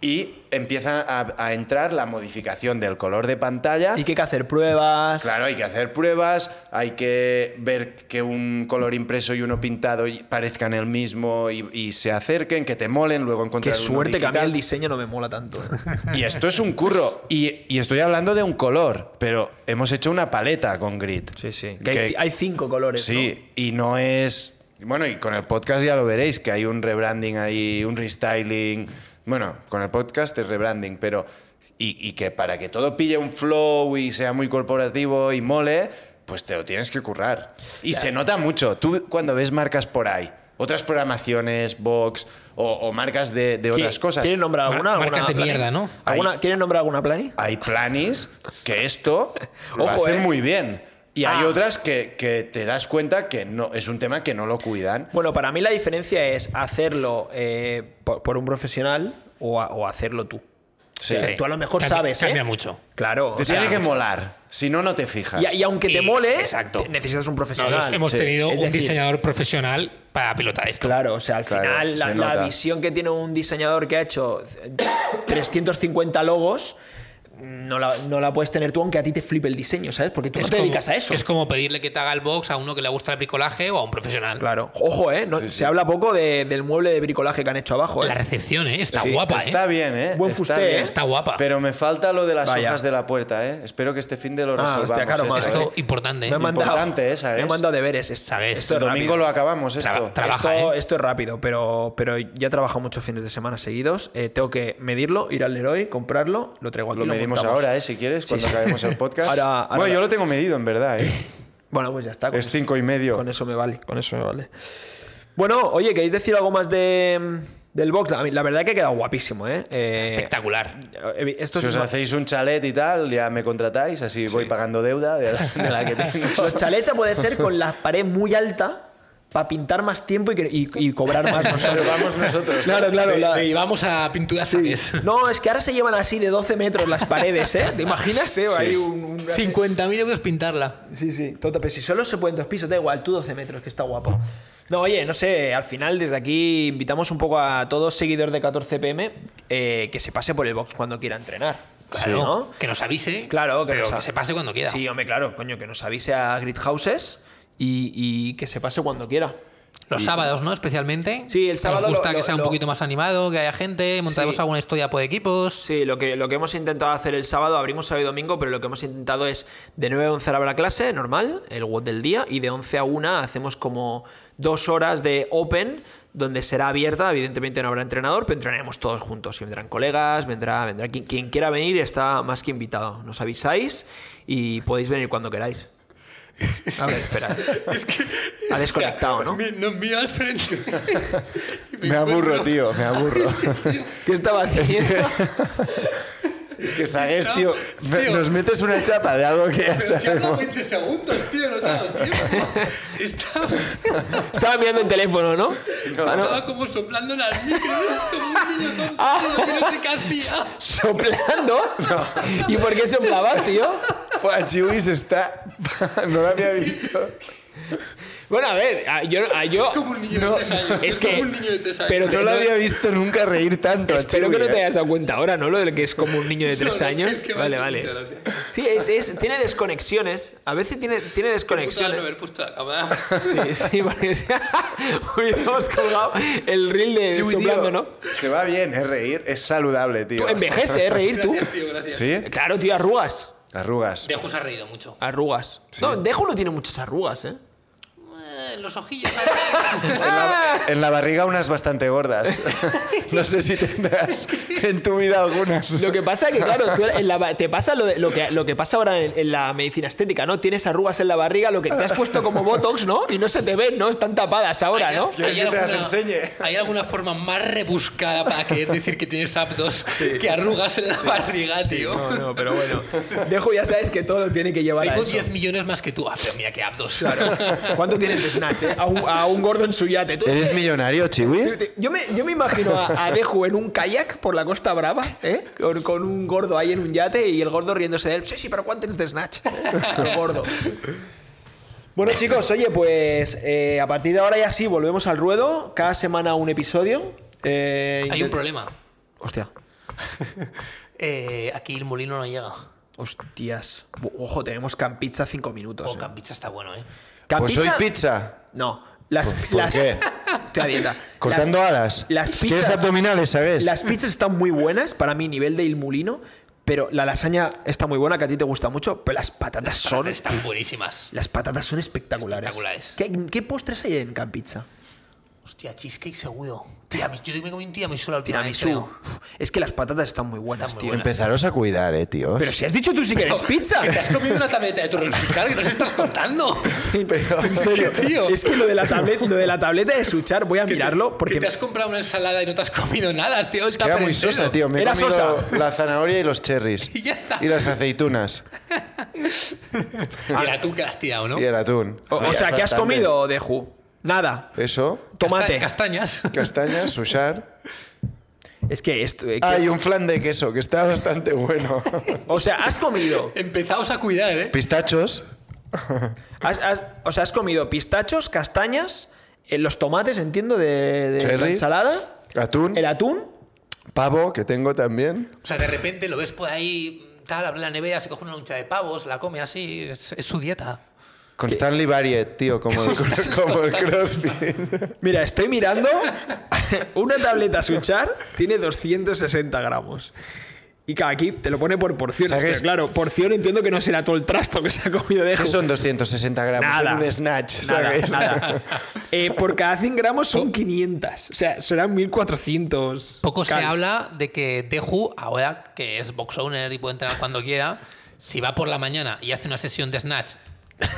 Y empieza a, a entrar la modificación del color de pantalla.
Y que hay que hacer pruebas.
Claro, hay que hacer pruebas, hay que ver que un color impreso y uno pintado y- parezcan el mismo y, y se acerquen, que te molen, luego
Qué
encontrar uno
suerte que a mí el
digital.
diseño no me mola tanto.
Y esto es un curro. Y, y estoy hablando de un color, pero hemos hecho una paleta con grid.
Sí, sí. Que hay,
Que-
hay cinco colores.
Sí, y no es. Bueno, y con el podcast ya lo veréis, que hay un rebranding ahí, un restyling. Bueno, con el podcast es rebranding, pero. Y, y que para que todo pille un flow y sea muy corporativo y mole, pues te lo tienes que currar. Y se nota mucho. Tú cuando ves marcas por ahí, otras programaciones, box o, o marcas de, de
¿no?
otras
¿Qui-
cosas.
¿Quieren nombrar
Mar-
alguna?
marcas
alguna
de
plani?
mierda, ¿no?
¿Alguna-
Ahí.
¿Quieren nombrar alguna plani?
Hay planis
(laughs)
que esto lo
Ojo,
hacen
eh.
muy bien. Y hay
Ah.
otras que, que te das cuenta que no es un tema que no lo cuidan.
Bueno, para mí la diferencia es hacerlo eh, por, por un profesional o, a- o hacerlo tú.
Sí.
O sea, Tú a lo mejor
Cambia-
sabes, ¿eh?
cambia mucho.
Claro.
Te
o sea,
tiene que molar, si no, no te fijas.
y, y aunque te
Y-
mole,
exacto.
te- necesitas un
Nosotros
profesional.
hemos
sí.
tenido
Es
un
decir-
diseñador profesional para pilotar esto.
Claro, o sea, al
Claro,
final la,
se
la
nota.
visión que tiene un diseñador que ha hecho 350 logos no la, no la puedes tener tú aunque a ti te flipe el diseño, ¿sabes? Porque tú no te
como-
dedicas a eso.
Es como pedirle que te haga el box a uno que le gusta el bricolaje o a un profesional.
Claro. Ojo, ¿eh? No-
Sí, sí.
Se habla poco de- del mueble de bricolaje que han hecho abajo, ¿eh?
La recepción, ¿eh? Está
Sí,
guapa,
Está
¿eh?
bien, ¿eh?
Buen
está,
fuste,
bien.
¿eh?
Está guapa.
Pero me falta lo de las
Vaya.
hojas de la puerta, ¿eh? Espero que este fin de lo
Ah,
resolvamos.
hostia, claro,
esto,
madre.
¿eh?
Esto importante, ¿eh?
me han mandado,
Importante esa,
me han
¿eh?
mandado deberes. Esto,
¿Sabes?
esto
El
es
domingo
rápido.
lo acabamos esto.
Traba- trabaja,
esto,
¿eh?
esto es rápido, pero, pero ya trabajo muchos fines de semana seguidos. Eh, tengo que medirlo, ir al Leroy, comprarlo, lo traigo aquí.
lo medimos
montamos.
ahora, ¿eh? Si quieres, cuando
sí.
acabemos el podcast.
Ahora- ahora-
bueno, yo lo tengo medido, en verdad, ¿eh?
Bueno, pues ya está. con
Es
esto-
cinco y medio.
Con eso me vale, con eso me vale. Bueno, oye, ¿queréis decir algo más de, del box? La, la verdad que ha quedado guapísimo, ¿eh? Eh,
Espectacular.
eh, Esto
Si os
es
hacéis un chalet y tal, ya me
(laughs)
contratáis, así voy pagando deuda de la, de la que tengo.
Los chalets puede ser con la pared muy alta para pintar más tiempo y, que- y- y cobrar más
Pero
nosotros.
vamos nosotros.
Claro, claro.
De-
la-
de- vamos a pinturas ¿sabes?
No, es que ahora se llevan así de 12 metros las paredes, ¿eh? ¿Te imaginas, eh? Hay un, un-
50.000 euros pintarla.
Sí, sí. Total, pero si solo se pueden dos pisos, da igual, tú 12 metros, que está guapo. No, oye, no sé, al final desde aquí invitamos un poco a todos seguidores de 14pm eh, que se pase por el box cuando quiera entrenar.
Sí.
Claro, ¿no?
Que nos avise.
Claro, que,
pero
nos-
que se pase cuando quiera.
Sí, hombre, claro, coño, que nos avise a Grid Houses y, y que se pase cuando quiera.
Los sábados, ¿no? Especialmente.
Sí, el sábado
Nos gusta
lo-
que
lo-
sea un
lo-
poquito más animado, que haya gente, montaremos
Sí.
alguna historia por equipos.
Sí, lo que, lo que hemos intentado hacer el sábado, abrimos sábado y domingo, pero lo que hemos intentado es de 9 a 11 habrá clase, normal, el WOD del día, y de 11 a 1 hacemos como dos horas de Open, donde será abierta, evidentemente no habrá entrenador, pero entrenaremos todos juntos, y vendrán colegas, vendrá, vendrá quien, quien quiera venir, está más que invitado. Nos avisáis y podéis venir cuando queráis. A ver, espera. Ha desconectado,
(laughs)
¿no?
Mi- Nos mira al frente. Y
Me aburro,
encuentro-
tío,
(laughs)
me aburro.
¿Qué estaba haciendo? (laughs)
es que Sagues, tío,
No,
me-
tío.
nos metes una chapa de algo que ya
Pero si habla
sabemos.
20 segundos, tío, no te ha dado tiempo. Estaba,
Estaba mirando el teléfono, ¿no? Ah, no.
estaba como soplando las micros como un niño tonto tío, que no sé
Ah.
qué hacía.
¿Soplando? ¿Y por qué soplabas, tío?
Fua, Chiwis está. (laughs) no lo había visto.
Bueno, a ver, a- yo. a- yo-
Como un niño
No,
de 3 años.
es
como
que-
un niño de 3 años.
pero
No lo
no-
había visto nunca reír tanto. a
Espero
Chiwi,
que no te
eh.
hayas dado cuenta ahora, ¿no? Lo de que es como un niño de tres
(laughs) No, no,
años.
es que me ha
vale,
hecho
vale.
mucha gracia.
Sí, es, es- tiene desconexiones. A veces tiene, tiene
Puta, no
desconexiones.
haber puesto la cámara.
Sí, sí, porque si- (laughs) hubiéramos colgado el reel de
Chiwi, tío,
soplando, ¿no?
Te va bien, es reír. Es saludable, tío.
Tú envejece, ¿eh? Reír tú.
Gracias, tío, gracias.
¿Sí?
Claro, tío, arrugas.
Arrugas.
Dejo se ha reído mucho.
Arrugas. No, Dejo no tiene muchas arrugas, ¿eh?
Eh, los ojillos. ¿sabes?
En la, en la barriga unas
(laughs)
bastante gordas. No sé si tendrás en tu vida algunas.
Lo que pasa que, claro, tú en la ba- te pasa lo, de- lo que, lo que pasa ahora en, en la medicina estética, ¿no? Tienes arrugas en la barriga, lo que te has puesto como Botox, ¿no? Y no se te ven, ¿no? Están tapadas ahora, ¿no?
¿Quieres que te las enseñe?
¿Hay alguna forma más rebuscada para querer decir que tienes abdos que arrugas en la barriga, tío?
no, pero bueno. Dejo, ya sabes que todo lo tiene que llevar
Tengo 10 millones más que tú. Ah, pero mira qué (laughs) abdos.
¿Cuánto tienes de snatch, eh? A un, a un gordo en su yate. Tú-
¿Eres millonario, Chiwi?
tú- yo, me, yo me imagino a, a Dejo en un kayak por la Costa Brava, ¿eh? Con, con un gordo ahí en un yate y el gordo riéndose de él. Sí, sí, pero ¿cuánto tienes de snatch? El gordo. Bueno chicos, oye, pues eh, a partir de ahora ya sí, volvemos al ruedo. Cada semana un episodio. Eh,
Hay un
intent-
problema.
Hostia.
Eh, aquí el molino no llega.
Ah,
Hostias. Bu- Ojo, tenemos Campizza 5 minutos.
Oh,
eh.
Campizza está bueno, ¿eh?
Pues soy
Campizza-
pizza.
No. Las,
¿Por- por
las-
qué?
(laughs) Estoy a dieta.
Cortando
Las-
alas.
Las
¿Quieres
pizzas,
abdominales, sabes?
las pizzas están muy buenas para mí, nivel de Il Mulino, pero la lasaña está muy buena, que a ti te gusta mucho, pero las patatas son.
Están buenísimas.
Las patatas son espectaculares.
Espectaculares.
¿Qué, qué postres hay en Campizza?
Hostia, cheesecake seguro. Tiramisú. Yo me comí un tiramisú la última vez,
Tiramisú.
creo.
Uf, Es que las patatas están muy buenas,
Están muy
tío.
buenas.
Empezaros a cuidar, eh, tíos. (laughs)
Pero si has dicho tú sí que eres pizza.
¿Que ¿Te has comido una tableta de turrón suchar? ¿Qué nos estás
(laughs)
contando?
(laughs)
Pero-
En serio,
(laughs) tío?
Es que lo de la tableta, lo de la tableta de Suchar, voy a mirarlo
¿Que
porque
te has comprado una ensalada y no te has comido nada, tío? Está
Era muy
perecedero.
sosa, tío. Me he
Era
comido
sosa.
la zanahoria y
(laughs)
los cherries.
Y ya está.
Y las aceitunas.
Y era tú que la has tirado, ¿no?
Y el atún.
o, o
Mira,
sea, ¿qué has
bastante.
comido, Deju? Nada.
Eso.
Tomate.
Castañas. (laughs)
(laughs)
Castañas, sushar.
Es que esto eh, que-
Ah, y un flan de queso, que está
(laughs)
bastante bueno.
o sea, has comido
Empezaos a cuidar, ¿eh?
Pistachos.
Has- has- o sea, has comido pistachos, castañas, eh, los tomates, entiendo, de, de la
Cherry.
ensalada,
Atún.
el atún.
Pavo, que tengo también.
O sea, de repente lo ves por ahí, tal, abre la nevera, se coge una loncha de pavos, la come así, es, es su dieta.
Con Stanley Barriet, tío, como el,
(laughs)
como el CrossFit.
Mira, estoy mirando. (laughs) una tableta Suchar tiene 260 gramos. Y claro, aquí te lo pone por porciones.
¿Sabes?
Pero claro, porción entiendo que no será todo el trasto que se ha comido de
¿Qué son 260 gramos
Nada.
en un snatch?
Nada,
¿sabes? (laughs)
nada. Eh, por cada 100 gramos son 500. O sea, serán 1400.
Poco se
cals.
habla de que Deju, ahora que es box owner y puede entrenar cuando quiera, si va por la mañana y hace una sesión de snatch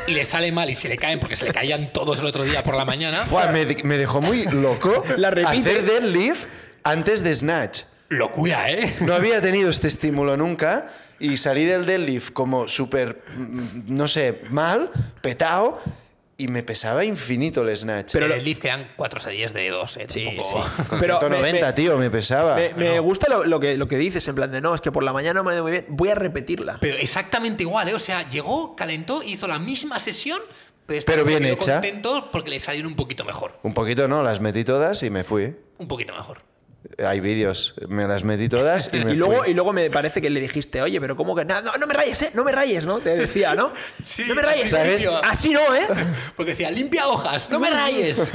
y le sale mal y se le caen, porque se le caían todos el otro día por la mañana,
Fua, me, de- me dejó muy loco
(laughs) La repite.
hacer deadlift antes de snatch.
lo cuida, ¿eh?
No había tenido este estímulo nunca y salí del deadlift como súper, mm, no sé, mal, petado. y me pesaba infinito el Snatch. Eh,
Pero el Leaf quedan 4 series de 2, ¿eh?
Sí,
Tampoco-
sí.
Con
Pero me-
190,
me-
tío, me pesaba.
Me, me gusta lo, lo que, lo que dices, en plan de no, es que por la mañana me ha ido muy bien, voy a repetirla.
Pero exactamente igual, ¿eh? O sea, llegó, calentó, hizo la misma sesión, pero, esta
Pero
vez
bien
quedó
hecha.
contento porque le salieron un poquito mejor.
Un poquito no, las metí todas y me fui.
Un poquito mejor.
Hay vídeos, me las metí todas y
(laughs)
me
y, luego,
fui.
y luego me parece que le dijiste, oye, pero ¿cómo que no, no, no me rayes, eh? No me rayes, ¿no? Te decía,
(laughs)
¿no?
Sí,
no me rayes,
¿sabes?
así no,
(laughs)
¿eh?
Porque decía, limpia hojas,
(laughs)
no me rayes.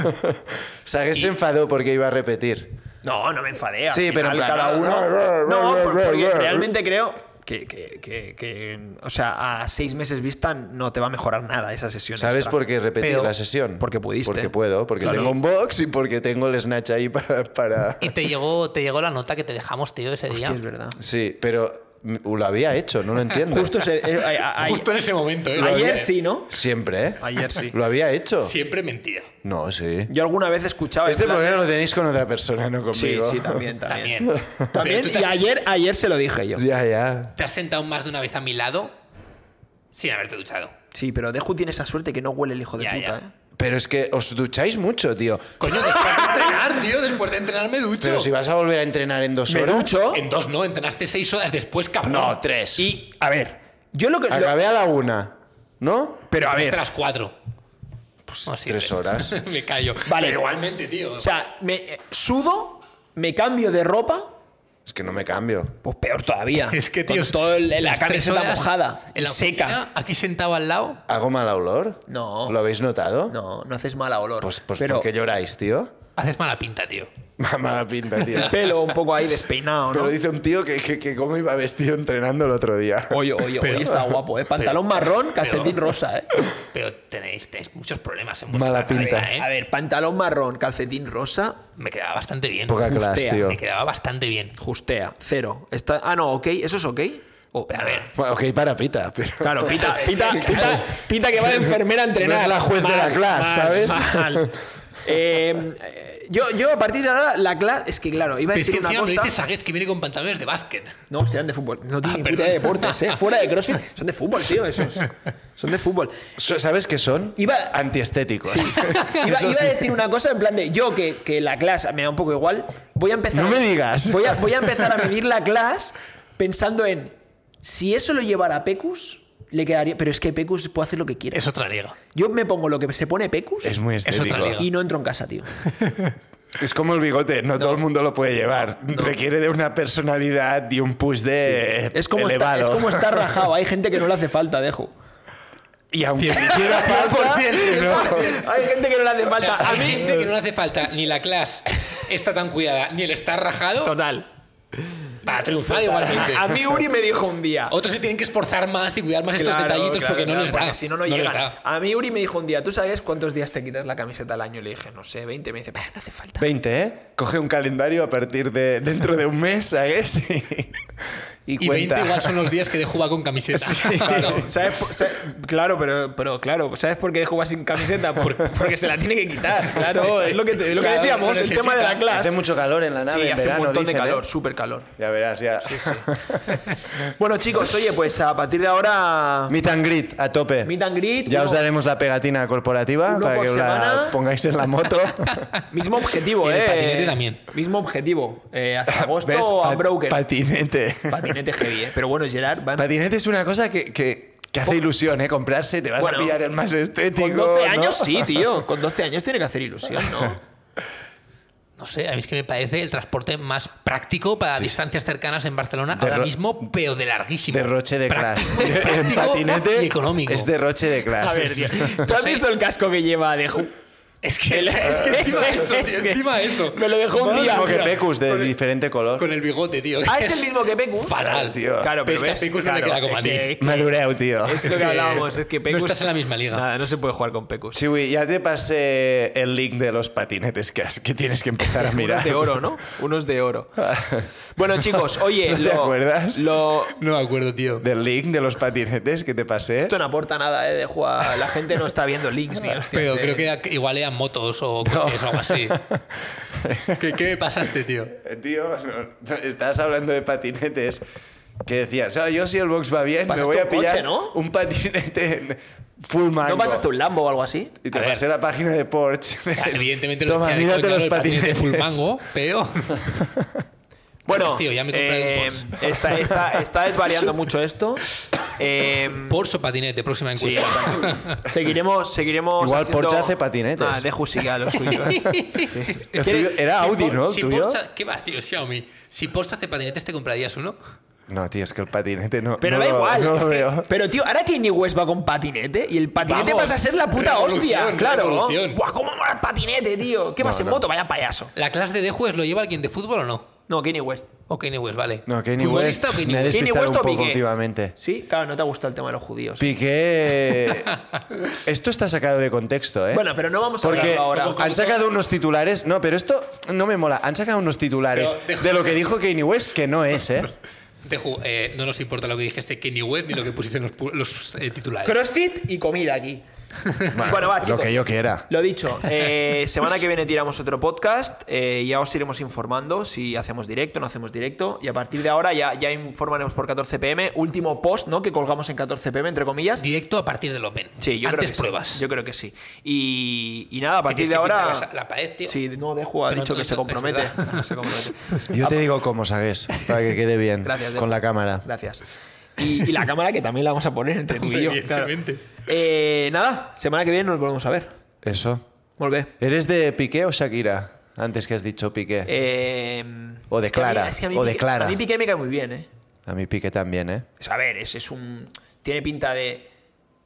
Sagues se enfadó porque iba a repetir.
No, no me enfadé. al
Sí, pero en
final
plan,
cada
no,
uno.
no,
No,
no, no,
por-
no,
porque
no.
realmente creo que, que- que- que, O sea, a seis meses vista no te va a mejorar nada esa sesión.
¿Sabes
extra.
por qué repetí
Pero-
la sesión?
porque pudiste.
Porque puedo, porque tengo un box y porque tengo el Snatch ahí
(laughs)
para... para...
Y te llegó, te llegó la nota que te dejamos, tío, ese
Hostia,
día.
es verdad.
Sí, pero mm, lo había hecho, no lo entiendo.
Justo se- eh, a- a-
(laughs)
a-
Justo en ese momento, ¿eh?
ayer sí, ¿no?
Siempre, ¿eh?
Ayer sí.
Lo había hecho.
Siempre mentira.
No, sí.
Yo alguna vez escuchaba. en
Este
plan-
problema lo tenéis con otra persona, no
Sí,
conmigo.
sí, también, también.
También.
También,
Pero tú te
y
has-
ayer, ayer se lo dije yo.
(laughs) Ya, ya.
Te has sentado más de una vez a mi lado sin haberte duchado.
Sí, pero Deju tiene esa suerte que no huele el hijo de
Ya,
puta,
ya.
¿eh?
Pero es que os ducháis mucho, tío.
Coño, después de entrenar, tío, después de entrenar me ducho.
Pero si vas a volver a entrenar en dos
Me
horas...
ducho.
En dos no, entrenaste seis horas después, cabrón.
No, tres.
Y, a ver, yo lo que. lo-
Acabé a la una, ¿no?
pero a
Hasta
ver,
las cuatro. Pues
tres horas.
(laughs) me callo.
Vale.
Pero igualmente, tío.
o sea, me eh, sudo, me cambio de ropa.
Es que no me cambio.
Pues peor todavía.
(laughs) es que,
Con
tío.
todo el- la
las tres
camiseta
horas
mojada,
en la
seca.
oficina, aquí sentado al lado.
¿Hago mal olor?
No.
¿Lo habéis notado?
No, no haces mal a olor.
Pues, pues
pero
¿por qué lloráis, tío?
Haces mala pinta, tío.
Mala pinta, tío.
el pelo un poco ahí despeinado, ¿no?
(laughs) Pero dice un tío que, que, que cómo iba vestido entrenando el otro día.
Oye, oye, oye, está guapo, ¿eh? Pantalón marrón, calcetín rosa, ¿eh?
Pero tenéis, tenéis muchos problemas en vuestra
Mala pinta.
cabeza, ¿eh?
A ver, pantalón marrón, calcetín rosa,
Me quedaba bastante bien.
Poca clase,
Hostia,
tío.
Me quedaba bastante bien.
justea, cero. Está, ah, no, ok, ¿eso es ok? Oh, O-
A ver,
Bueno, ok, para pita, pero...
(laughs) Claro,
(laughs)
pita, pita, pita, pita que va (laughs) de enfermera a entrenar.
No es la juez de la clase, ¿sabes?
(laughs) mal. Eh, eh, yo, yo a partir de ahora, la clase. Es que claro, iba a
pero es
decir
que
una
encima me
cosa.
dices Sagues que viene con pantalones de básquet.
No, serán de fútbol. No tienen
Ah,
ni puta idea de deportes,
(laughs)
¿eh? Fuera de CrossFit. Son de fútbol, tío, esos. Son de fútbol.
So- ¿Sabes qué son?
Iba-
Antiestéticos. (laughs)
Iba,
Eso
iba
sí.
a decir una cosa en plan de yo que, que la clase me da un poco igual. Voy a empezar.
No
a-
me digas.
Voy a, voy a empezar a medir la clase pensando en si eso lo llevara a Pecus, le quedaría. Pero es que Pecus puede hacer lo que quiera.
Es otra liga.
Yo me pongo lo que se pone Pecus
Es muy
otra
estético.
liga.
y no entro en casa,
(laughs)
tío.
Es como el bigote, no, todo el mundo lo puede llevar. Requiere de una personalidad y un push de
Es como, está,
elevado.
es como estar rajado. Hay gente que no le hace falta, dejo.
(laughs)
Ah, (laughs)
Y aunque hiciera falta, no.
Hay gente que no le hace
O sea,
falta. A
hay
mí.
gente que no le hace falta ni la clase está tan cuidada, ni el estar rajado
Total.
para triunfar igualmente.
A mí Uri me dijo un día.
Otros se tienen que esforzar más y cuidar más estos
Claro,
detallitos
claro,
porque no
claro,
les da.
porque si no, no,
les
llegan.
da.
A mí Uri me dijo un día, ¿tú sabes cuántos días te quitas la camiseta al año? Y le dije, no sé, 20. Me dice, "Bah, no hace falta.
20, ¿eh? Coge un calendario a partir de dentro de un mes, ¿sabes? (laughs) Y, y
Y 20
cuenta.
igual
(laughs)
son los días que dejo va con camiseta. (laughs)
(laughs) Claro, ¿sabes por- sa- claro, pero, pero claro, ¿sabes por qué dejó sin camiseta?
(laughs)
Por- porque se la tiene que quitar. Claro, es lo que, te- es lo que
Claro,
decíamos,
lo
el tema de la
necesita.
clase.
Hace mucho calor en la nave,
Sí,
en
hace
verano,
un montón de
dicen, ¿eh?
calor, súper calor.
Ya verás, ya.
Bueno, chicos, oye, pues a partir de ahora.
Meet and greet a tope.
Meet and greet,
Ya
uno-
os daremos la pegatina corporativa
uno
para
por
que os la
semana.
pongáis en la moto.
Mismo objetivo,
Y el
¿eh?
patinete también.
Mismo objetivo. eh, hasta
(laughs)
(laughs)
¿Ves?
agosto,
Pa-
Unbroken.
Patinete.
Patinete heavy, ¿eh? Pero bueno, Gerard va a
Patinete es una cosa que, que- que hace ilusión, ¿eh? Comprarse, te vas
Bueno,
a pillar el más estético.
Con 12 años
¿no?
sí, tío. Con 12 años tiene que hacer ilusión, ¿no?
(laughs)
No sé, a mí es que me parece el transporte más práctico para distancias cercanas en Barcelona
De
ahora
ro-
mismo, pero de larguísimo.
Derroche de clase.
(laughs)
Práctico,
en
práctico
patinete
y (laughs) económico.
es derroche de
A
clase.
ver, tío. ¿Tú has visto el casco que lleva de Ju?
Es que, (laughs) es
(laughs)
que encima eso, tío,
Es que-
encima eso.
Me lo dejó un
Es
día.
como que Pecus, de diferente color.
Con el bigote, tío.
Ah, es el mismo que Pecus.
Fatal, tío.
Claro, pero
Pero es que a
ves,
Pecus no le
claro,
queda como a
es
ti. (laughs)
que-
Madureo, tío.
Es lo que hablábamos, es que
No
Pecus.
estás en la misma liga.
Nada, no se puede jugar con Pecus.
Chiwi, ya te pasé el link de los patinetes que, has- que tienes que empezar a
(laughs)
mirar.
Unos de oro, ¿no? Unos de oro. Bueno, chicos, oye,
¿No te
lo,
acuerdas?
lo-
No me acuerdo, tío.
Del link de los patinetes que te pasé.
Esto no aporta nada, ¿eh? De jugar. La gente no está viendo links ni hostias.
(laughs) Pero
eh.
creo que era- igual eran motos o coches o
(laughs)
algo así. ¿Qué, ¿Qué me pasaste, tío?
Eh, Tío, no, no, estás hablando de patinetes que decía, o sea, yo si el box va bien, me
Pasaste
voy a
un coche,
pillar
¿no?
un patinete en full mango.
¿No pasaste un Lambo o algo así?
Y te
A ver.
pasé la página de Porsche.
Evidentemente
Toma,
decía de
mírate
coña,
los
el patinete
patinetes.
full mango,
(laughs)
pero
Bueno, eh,
Pues, tío, ya me he comprado un Porsche.
Está, está, está desvariando mucho esto.
(laughs)
Em,
Porsche o patinete, próxima
Sí,
encuesta.
exacto. seguiremos, seguiremos.
Igual
haciendo-
Porsche hace patinetes.
Ah, de Jusiga lo suyo. ¿eh?
(laughs)
El tuyo- era
Si
Audi,
Por-
¿no? ¿El
si
tuyo?
Porsche- ¿Qué va, tío? Xiaomi. Si Porsche hace patinetes, ¿te comprarías uno?
No, tío, es que el patinete no.
Pero
no
da
lo-
igual.
No
es
lo
que-
veo.
Pero tío, ahora Kanye West va con patinete y el patinete
Vamos,
pasa a ser la puta
revolución,
hostia. Claro.
revolución.
Buah, ¿Cómo mola el patinete, tío? ¿Qué vas en moto? Vaya payaso.
¿La clase de juez lo lleva alguien de fútbol o no?
No, Kanye West.
O Kanye West, vale.
No, Kanye West
¿Futbolista o Kanye
me ha
West?
Kanye
despistado un
West o
poco
Piqué.
últimamente.
Sí, claro, no te ha gustado el tema de los judíos.
Piqué. Esto está sacado de contexto, ¿eh?
Bueno, pero no vamos a
Porque
hablarlo ahora.
han sacado unos titulares. No, pero esto no me mola. Han sacado unos titulares
Pero deja-
de lo que dijo Kanye West que no es, ¿eh?
Te ju- eh, no nos importa lo que dijese Kanye West ni lo que pusiesen los, pu- los, eh, titulares.
Crossfit y comida aquí. (laughs) bueno, va,
lo
chicos.
que yo quiera.
Lo dicho, eh, semana que viene tiramos otro podcast, eh, ya os iremos informando si hacemos directo, no hacemos directo, y a partir de ahora ya, ya informaremos por 14 pm, último post, ¿no? Que colgamos en 14 pm, entre comillas.
Directo a partir del Open.
Sí, yo
Antes
creo que
pruebas.
sí. Yo creo que sí. Y, y nada, a partir
tienes
de
que
ahora...
pintar la- la pared, tío.
Sí, no, Dejo ha
Pero
dicho que
no-
se
no- es
compromete. (laughs)
verdad.
se compromete.
Yo te digo cómo, ¿sabes? Para que quede bien.
Gracias, Dejo.
Con la cámara.
Gracias. Y, y la cámara que también la vamos a poner entre tú y yo. claro.
Evidentemente.
Eh, nada, semana que viene nos volvemos a ver.
Eso.
Volve.
¿Eres de Piqué o Shakira? Antes que has dicho Piqué.
Eh,
O de
es que a mí-
Clara,
es que a mí
o de
Piqué-
Clara.
A mí Piqué me cae muy bien, ¿eh?
A mí Piqué también, ¿eh?
O sea, a ver, es, es un. Tiene pinta de.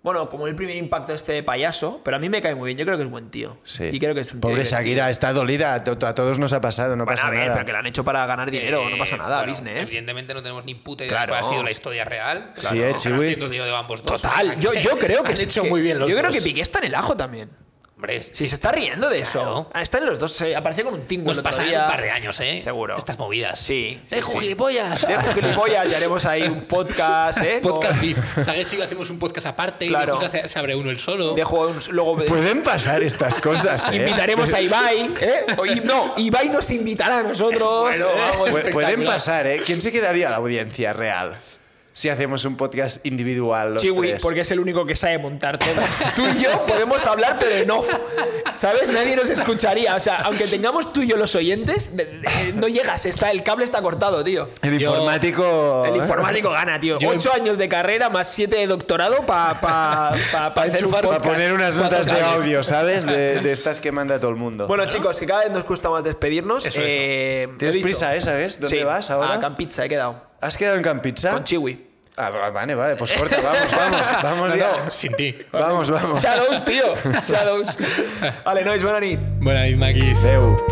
Bueno, como el primer impacto este de payaso, pero a mí me cae muy bien. Yo creo que es buen tío.
Sí.
Y creo que es un tío
Pobre
divertido.
Shakira, está dolida. A to- a todos nos ha pasado, no
Bueno,
pasa
a ver,
nada.
pero que lo han hecho para ganar dinero, no pasa nada,
Eh, bueno,
business.
Evidentemente no tenemos ni puta idea
Claro.
de cuál ha sido la historia real.
Sí, eh,
Están
Chiwi.
haciendo lío de ambos dos. O
Total,
sea,
yo, yo creo que.
han hecho
que-
muy bien los
Yo creo
dos.
que Piqué está en el ajo también.
Hombre,
Si
sí,
se está riendo de
Claro.
eso. Ah, Está en los dos. se- Apareció con un tingo
nos
el otro
pasan
día.
un par de años, ¿eh?
Seguro.
Estas movidas. ¡Eh,
Sí, sí,
¡Dejo
sí.
gilipollas!
Dejo gilipollas y haremos ahí un podcast, ¿eh?
(laughs) Podcast
Con-
beef. ¿Sabes si hacemos un podcast aparte
Claro.
y luego se, hace- se abre uno el solo?
Dejo un- luego.
Pueden pasar estas cosas, ¿eh?
Invitaremos a Ibai, ¿eh? O I- no, Ibai nos invitará a nosotros. ¿eh?
Pu- Pueden
espectacular.
pasar, ¿eh? ¿Quién se quedaría a la audiencia real? Si hacemos un podcast individual los
Chiwi,
tres.
porque es el único que sabe montar todo. Tú y yo podemos hablar, pero en off. ¿Sabes? Nadie nos escucharía. O sea, aunque tengamos tú y yo los oyentes, de- de- no llegas. Está, el cable está cortado, tío.
El
Yo-
informático... ¿eh?
El informático gana, tío.
Yo-
Ocho años de carrera más siete de doctorado para pa, pa- pa hacer un
Para
podcast.
poner unas notas de
cables.
audio, ¿sabes?
(laughs)
De, de estas que manda todo el mundo.
Bueno, chicos, que cada vez nos cuesta más despedirnos.
Eso, eso.
Eh, lo
Tienes
dicho.
prisa, ¿eh? ¿Sabes? ¿Dónde
Sí,
vas ahora?
A Campizza he quedado.
¿Has quedado en Campizza?
Con Chiwi.
Ah, va- vale, vale, pues corta, vamos,
(laughs)
vamos, vamos ya.
Sin ti.
Vamos, vamos.
Shadows, tío. Shadows. Vale, nois, bona nit.
Buena nit, Maquis.
Adeu.